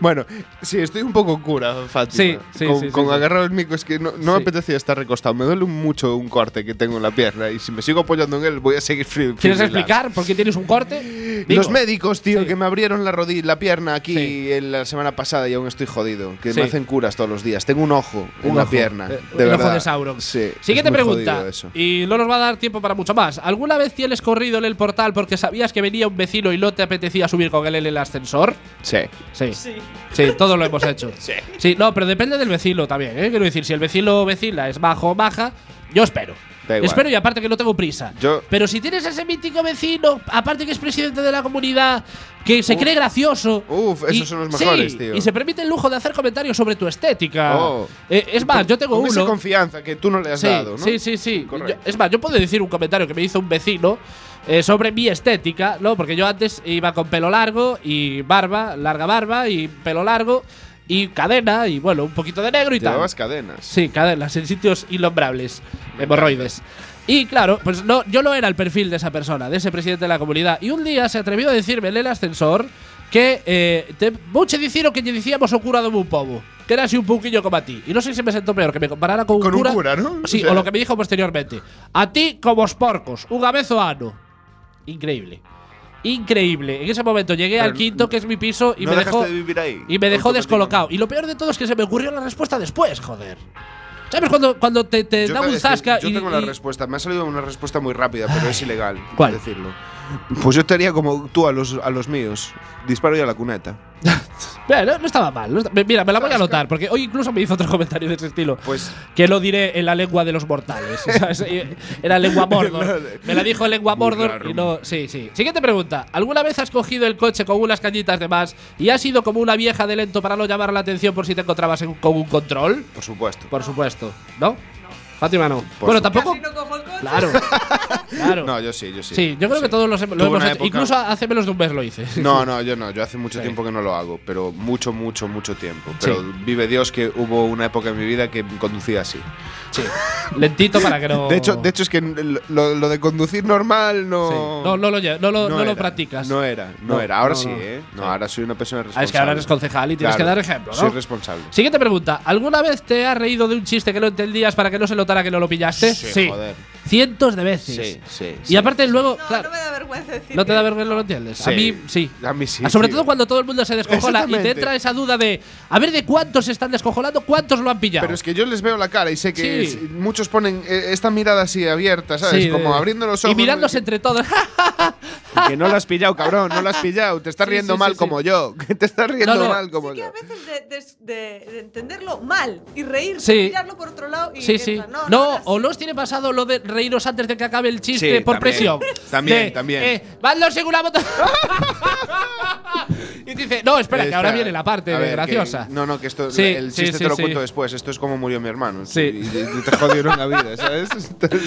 S2: bueno, sí, estoy un poco cura, Fátima.
S1: Sí, sí,
S2: con
S1: sí, sí,
S2: con
S1: sí.
S2: agarrar el micro es que no, no me
S1: Sí.
S2: apetecía estar recostado. Me duele mucho un corte que tengo en la pierna y si me sigo apoyando en él voy a seguir frío.
S1: ¿Quieres explicar por qué tienes un corte? Digo,
S2: Los médicos, tío,
S1: Sí.
S2: que me abrieron la rodilla, la pierna aquí
S1: Sí.
S2: en la semana pasada y aún estoy jodido. Que
S1: Sí.
S2: me hacen curas todos los días. Tengo un ojo en
S1: un
S2: la
S1: ojo,
S2: pierna.
S1: eh,
S2: de
S1: el
S2: verdad.
S1: ojo de Sauron.
S2: Sí. es
S1: Siguiente
S2: muy
S1: pregunta.
S2: jodido eso.
S1: Y no nos va a dar tiempo para mucho más. ¿Alguna vez tienes corrido en el portal porque sabías que venía un vecino y no te apetecía subir con él en el ascensor?
S2: Sí.
S1: Sí. Sí. todo lo hemos hecho. sí. no, pero depende del vecino también, ¿eh? Quiero decir, si el vecino o vecina es bajo o baja, yo espero.
S2: Da igual.
S1: Espero y aparte que no tengo prisa.
S2: Yo-
S1: Pero si tienes ese mítico vecino, aparte que es presidente de la comunidad, que se cree gracioso.
S2: Uf, esos son los mejores,
S1: sí,
S2: tío.
S1: Y se permite el lujo de hacer comentarios sobre tu estética.
S2: Oh.
S1: Eh, es más, yo tengo
S2: Con esa
S1: uno.
S2: confianza que tú no le has
S1: Sí,
S2: dado, ¿no?
S1: sí, sí, sí.
S2: Correcto.
S1: Yo- es más, yo puedo decir un comentario que me hizo un vecino eh, sobre mi estética, ¿no? Porque yo antes iba con pelo largo y barba, larga barba y pelo largo y cadena y bueno, un poquito de negro y tal.
S2: Llevabas cadenas.
S1: Sí, cadenas en sitios innombrables, hemorroides. Y claro, pues no, yo no era el perfil de esa persona, de ese presidente de la comunidad. Y un día se atrevió a decirme en el ascensor que eh, te, mucho dicieron que lle dicíamos o cura de un pobo, que era así un pouquiño como a ti. Y no sé si me sentó peor que me comparara con un
S2: Con un
S1: cura.
S2: cura, ¿no?
S1: Sí,
S2: O sea-
S1: o lo que me dijo posteriormente. A ti como os porcos, un abezo ano. Increíble. Increíble. En ese momento llegué al quinto, que es mi piso, y
S2: no
S1: me
S2: dejaste
S1: dejó
S2: de vivir ahí,
S1: y me dejó
S2: automáticamente.
S1: descolocado. Y lo peor de todo es que se me ocurrió la respuesta después, joder. ¿Sabes cuando, cuando te, te
S2: Yo
S1: da
S2: te-
S1: un
S2: es que
S1: zasca
S2: yo
S1: y,
S2: tengo la
S1: y- Ah.
S2: respuesta. Me ha salido una respuesta muy rápida, pero es ilegal
S1: ¿Cuál?
S2: decirlo. Pues yo te haría como tú a los, a los míos. Disparo yo a la cuneta.
S1: Mira, no, no estaba mal. no estaba- mira, me la voy a anotar porque hoy incluso me hizo otro comentario de ese estilo.
S2: Pues
S1: que lo diré en la lengua de los mortales. ¿sabes? Eh, Era lengua mordor. Me la dijo lengua mordor y no. Sí, sí. Siguiente pregunta. ¿Alguna vez has cogido el coche con unas cañitas de más y has ido como una vieja de lento para no llamar la atención por si te encontrabas en- con un control?
S2: por supuesto.
S1: Por supuesto, ¿no? Fátima no. bueno, tampoco.
S6: Casi no cojo el coche.
S1: Claro. claro.
S2: No, yo sí, yo sí.
S1: sí, yo creo que todos los lo
S2: Tuve
S1: hemos
S2: una
S1: hecho.
S2: época-
S1: Incluso hace menos de un mes lo hice.
S2: No, no, yo no. Yo hace mucho
S1: Sí.
S2: tiempo que no lo hago, pero mucho, mucho, mucho tiempo. Pero vive Dios que hubo una época en mi vida que conducía así.
S1: Lentito para que no.
S2: De hecho, de hecho es que n- lo, lo de conducir normal no.
S1: Sí. No, no lo, lle- no lo- no lo
S2: era.
S1: practicas.
S2: No era, no,
S1: No,
S2: era. Ahora
S1: no,
S2: sí,
S1: no.
S2: ¿eh? No,
S1: Sí.
S2: ahora soy una persona
S1: Ah,
S2: responsable.
S1: es que ahora eres concejal y tienes
S2: Claro,
S1: que dar ejemplo, ¿no?
S2: Soy responsable.
S1: Siguiente pregunta. ¿Alguna vez te has reído de un chiste que no entendías para que no se notara que no lo pillaste?
S2: Sí, joder.
S1: Cientos de veces.
S2: sí.
S1: Y aparte luego,
S6: No,
S1: claro,
S6: no me da vergüenza decir.
S1: no te da vergüenza, no lo entiendes. A
S2: Sí.
S1: mí sí.
S2: A mí sí,
S1: Ah, Sobre
S2: tío.
S1: todo cuando todo el mundo se descojola y te
S2: Exactamente.
S1: entra esa duda de a ver de cuántos se están descojolando, cuántos lo han pillado.
S2: Pero es que yo les veo la cara y sé que
S1: Sí.
S2: es- muchos ponen eh, esta mirada así abierta, ¿sabes?
S1: Sí,
S2: Como
S1: de-
S2: abriendo los ojos.
S1: Y mirándose
S2: Que,
S1: entre todos.
S2: que no lo has pillado, cabrón, no lo has pillado. Te estás
S1: Sí,
S2: riendo
S1: sí,
S2: mal
S1: sí,
S2: como yo. Que te estás riendo
S1: No, no.
S2: mal como
S6: Sí que a
S2: yo.
S6: veces de, de- de- de entenderlo mal y reírse,
S1: Sí.
S6: mirarlo por otro lado y
S1: Sí,
S6: en
S1: sí.
S6: plan, no,
S1: No,
S6: no,
S1: o los tiene pasado lo de reíros antes de que acabe el chiste
S2: Sí,
S1: por
S2: también.
S1: presión.
S2: También,
S1: De,
S2: también.
S1: Eh, van los en una moto. y dice, no, espera,
S2: Eh,
S1: que ahora
S2: espera,
S1: viene la parte
S2: a
S1: de
S2: ver, que-
S1: graciosa.
S2: no, no, que esto
S1: Sí,
S2: el
S1: sí,
S2: chiste
S1: sí,
S2: te lo
S1: sí.
S2: cuento después. Esto es como murió mi hermano.
S1: Sí.
S2: Y, y te jodieron la vida, ¿sabes? Entonces-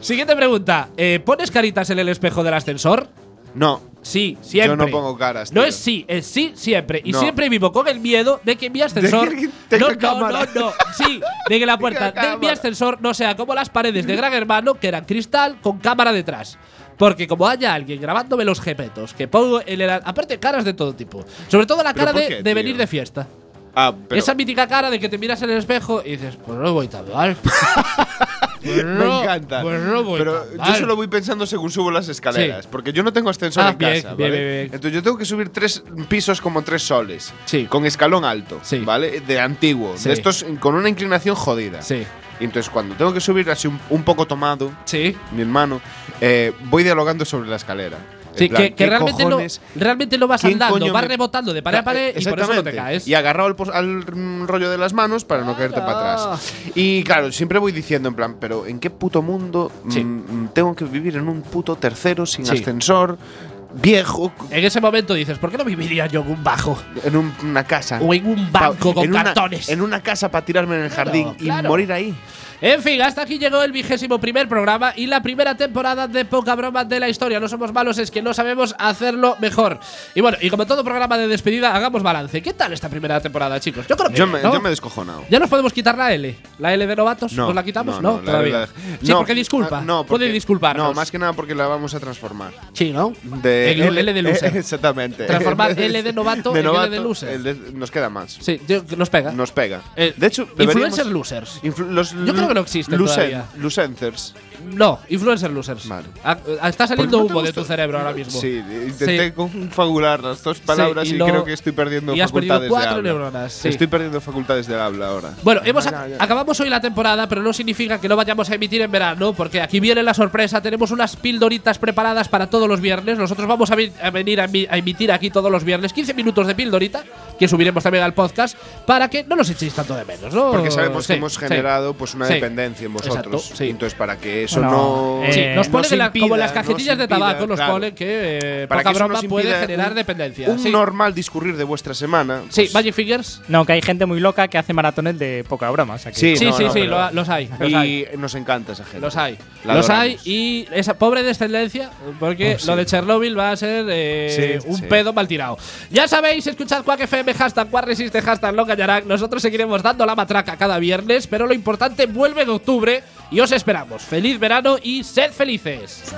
S1: Siguiente pregunta. Eh, ¿Pones caritas en el espejo del ascensor?
S2: no.
S1: Sí, siempre.
S2: Yo no pongo caras,
S1: No
S2: tío.
S1: es sí, es sí siempre. Y
S2: No.
S1: siempre vivo con el miedo de que mi ascensor.
S2: que
S1: no,
S2: tenga
S1: no, no,
S2: cámara.
S1: no. Sí, de que la puerta
S2: Tenga
S1: de mi
S2: cámara.
S1: ascensor no sea como las paredes de Gran Hermano, que eran cristal con cámara detrás. Porque como haya alguien grabándome los jepetos, que pongo en el. Aparte, caras de todo tipo. Sobre todo la
S2: ¿Pero
S1: cara
S2: por
S1: de,
S2: qué,
S1: de
S2: tío?
S1: venir de fiesta.
S2: Ah, pero
S1: Esa mítica cara de que te miras en el espejo y dices, pues no voy tan mal. Pues
S2: me
S1: no-
S2: encanta.
S1: Pues no voy
S2: pero
S1: tan
S2: yo
S1: mal.
S2: solo voy pensando según subo las escaleras.
S1: Sí.
S2: Porque yo no tengo ascensor
S1: Ah,
S2: en
S1: bien,
S2: casa.
S1: bien,
S2: ¿vale?
S1: bien, bien.
S2: Entonces yo tengo que subir tres pisos como tres soles.
S1: Sí.
S2: Con escalón alto.
S1: Sí.
S2: ¿Vale? De antiguo.
S1: Sí.
S2: De estos con una inclinación jodida.
S1: Sí.
S2: Y entonces cuando tengo que subir así un, un poco tomado,
S1: Sí.
S2: mi hermano, eh, voy dialogando sobre la escalera. En
S1: Sí,
S2: plan,
S1: que, que
S2: ¿qué
S1: realmente, no,
S2: cojones
S1: realmente no vas
S2: ¿Quién
S1: andando,
S2: coño
S1: vas
S2: me-
S1: rebotando de pared a pared y por eso no te
S2: e, Exactamente.
S1: caes.
S2: Y agarrado al, pos- al, mm, rollo de las manos para no caerte para atrás. Y claro, siempre voy diciendo en plan, pero ¿en qué puto mundo
S1: Sí.
S2: mm, tengo que vivir en un puto tercero sin
S1: Sí.
S2: ascensor, viejo, c-
S1: En ese momento dices, ¿por qué no viviría yo en un bajo?
S2: en un- una casa?
S1: O en un banco
S2: Pa-
S1: con
S2: en una-
S1: cartones.
S2: en una casa para tirarme en el
S1: Claro,
S2: jardín
S1: claro.
S2: y morir ahí.
S1: En fin, hasta aquí llegó el vigésimo primer programa y la primera temporada de Poca Broma de la Historia. No somos malos, es que no sabemos hacerlo mejor. Y bueno, y como todo programa de despedida, hagamos balance. ¿Qué tal esta primera temporada, chicos? Yo creo que.
S2: Yo me,
S1: ¿no?
S2: yo me he descojonado.
S1: ¿Ya nos podemos quitar la L? ¿La L de novatos?
S2: No,
S1: ¿Nos la quitamos?
S2: no,
S1: No,
S2: la
S1: todavía.
S2: verdad-
S1: sí,
S2: no,
S1: porque disculpa.
S2: ah, no, porque-
S1: Puede disculparnos.
S2: No, más que nada porque la vamos a transformar.
S1: Sí, ¿no?
S2: De eh,
S1: el, L de loser.
S2: Exactamente.
S1: Transformar L de novato en L de loser.
S2: el de- nos queda más.
S1: Sí, yo- que nos pega.
S2: Nos pega.
S1: Eh,
S2: de hecho, deberíamos-
S1: influencer losers.
S2: Influ- los
S1: Yo creo que no existen todavía.
S2: Lucencers.
S1: No, influencer losers.
S2: Vale.
S1: Ah, ah, está
S2: Porque no
S1: saliendo
S2: te
S1: humo de
S2: gusta-
S1: tu cerebro ahora mismo.
S2: Sí, intenté
S1: Sí.
S2: confabular las dos palabras
S1: Sí, y
S2: y,
S1: lo-
S2: creo que estoy perdiendo
S1: y has perdido
S2: facultades
S1: cuatro
S2: de habla.
S1: neuronas, sí.
S2: Estoy perdiendo facultades del habla ahora.
S1: Bueno, hemos
S2: Ya,
S1: ac-
S2: ya.
S1: acabamos hoy la temporada, pero no significa que no vayamos a emitir en verano, porque aquí viene la sorpresa. Tenemos unas pildoritas preparadas para todos los viernes. Nosotros vamos a, vi- a venir a, emi- a emitir aquí todos los viernes 15 minutos de pildorita, que subiremos también al podcast, para que no nos echéis tanto de menos, ¿no?
S2: Porque sabemos
S1: Sí,
S2: que hemos
S1: sí.
S2: generado pues una
S1: Sí.
S2: dependencia en vosotros.
S1: Exacto, sí.
S2: Entonces, para que eso
S3: Bueno,
S2: no.
S3: eh,
S1: Sí, nos
S3: nos
S1: pone de la- como en las
S2: impida,
S1: cajetillas
S2: nos
S1: de tabaco,
S2: impida,
S1: nos
S2: claro.
S1: pone que eh,
S2: para
S1: poca
S2: que eso
S1: broma
S2: nos
S1: puede
S2: impida
S1: generar
S2: un-
S1: dependencia.
S2: Un
S1: sí.
S2: normal discurrir de vuestra semana.
S1: Sí,
S2: pues,
S1: Magic Fingers.
S3: No, que hay gente muy loca que hace maratones de poca broma. o sea que-
S2: Sí,
S1: Sí,
S2: no,
S1: sí,
S2: no,
S1: sí,
S2: pero-
S1: lo- los hay. Los hay.
S2: Y nos encanta esa gente.
S1: Los hay.
S2: La
S1: los hay
S2: adoramos.
S1: y esa pobre descendencia, porque lo de Chernobyl va a ser eh,
S2: Sí,
S1: un
S2: sí.
S1: pedo mal tirado. Ya sabéis, escuchad Quack FM, hashtag Quack Resiste, hashtag No Callarán. Nosotros seguiremos dando la matraca cada viernes, pero lo importante vuelve en octubre y os esperamos. Feliz verano y sed felices.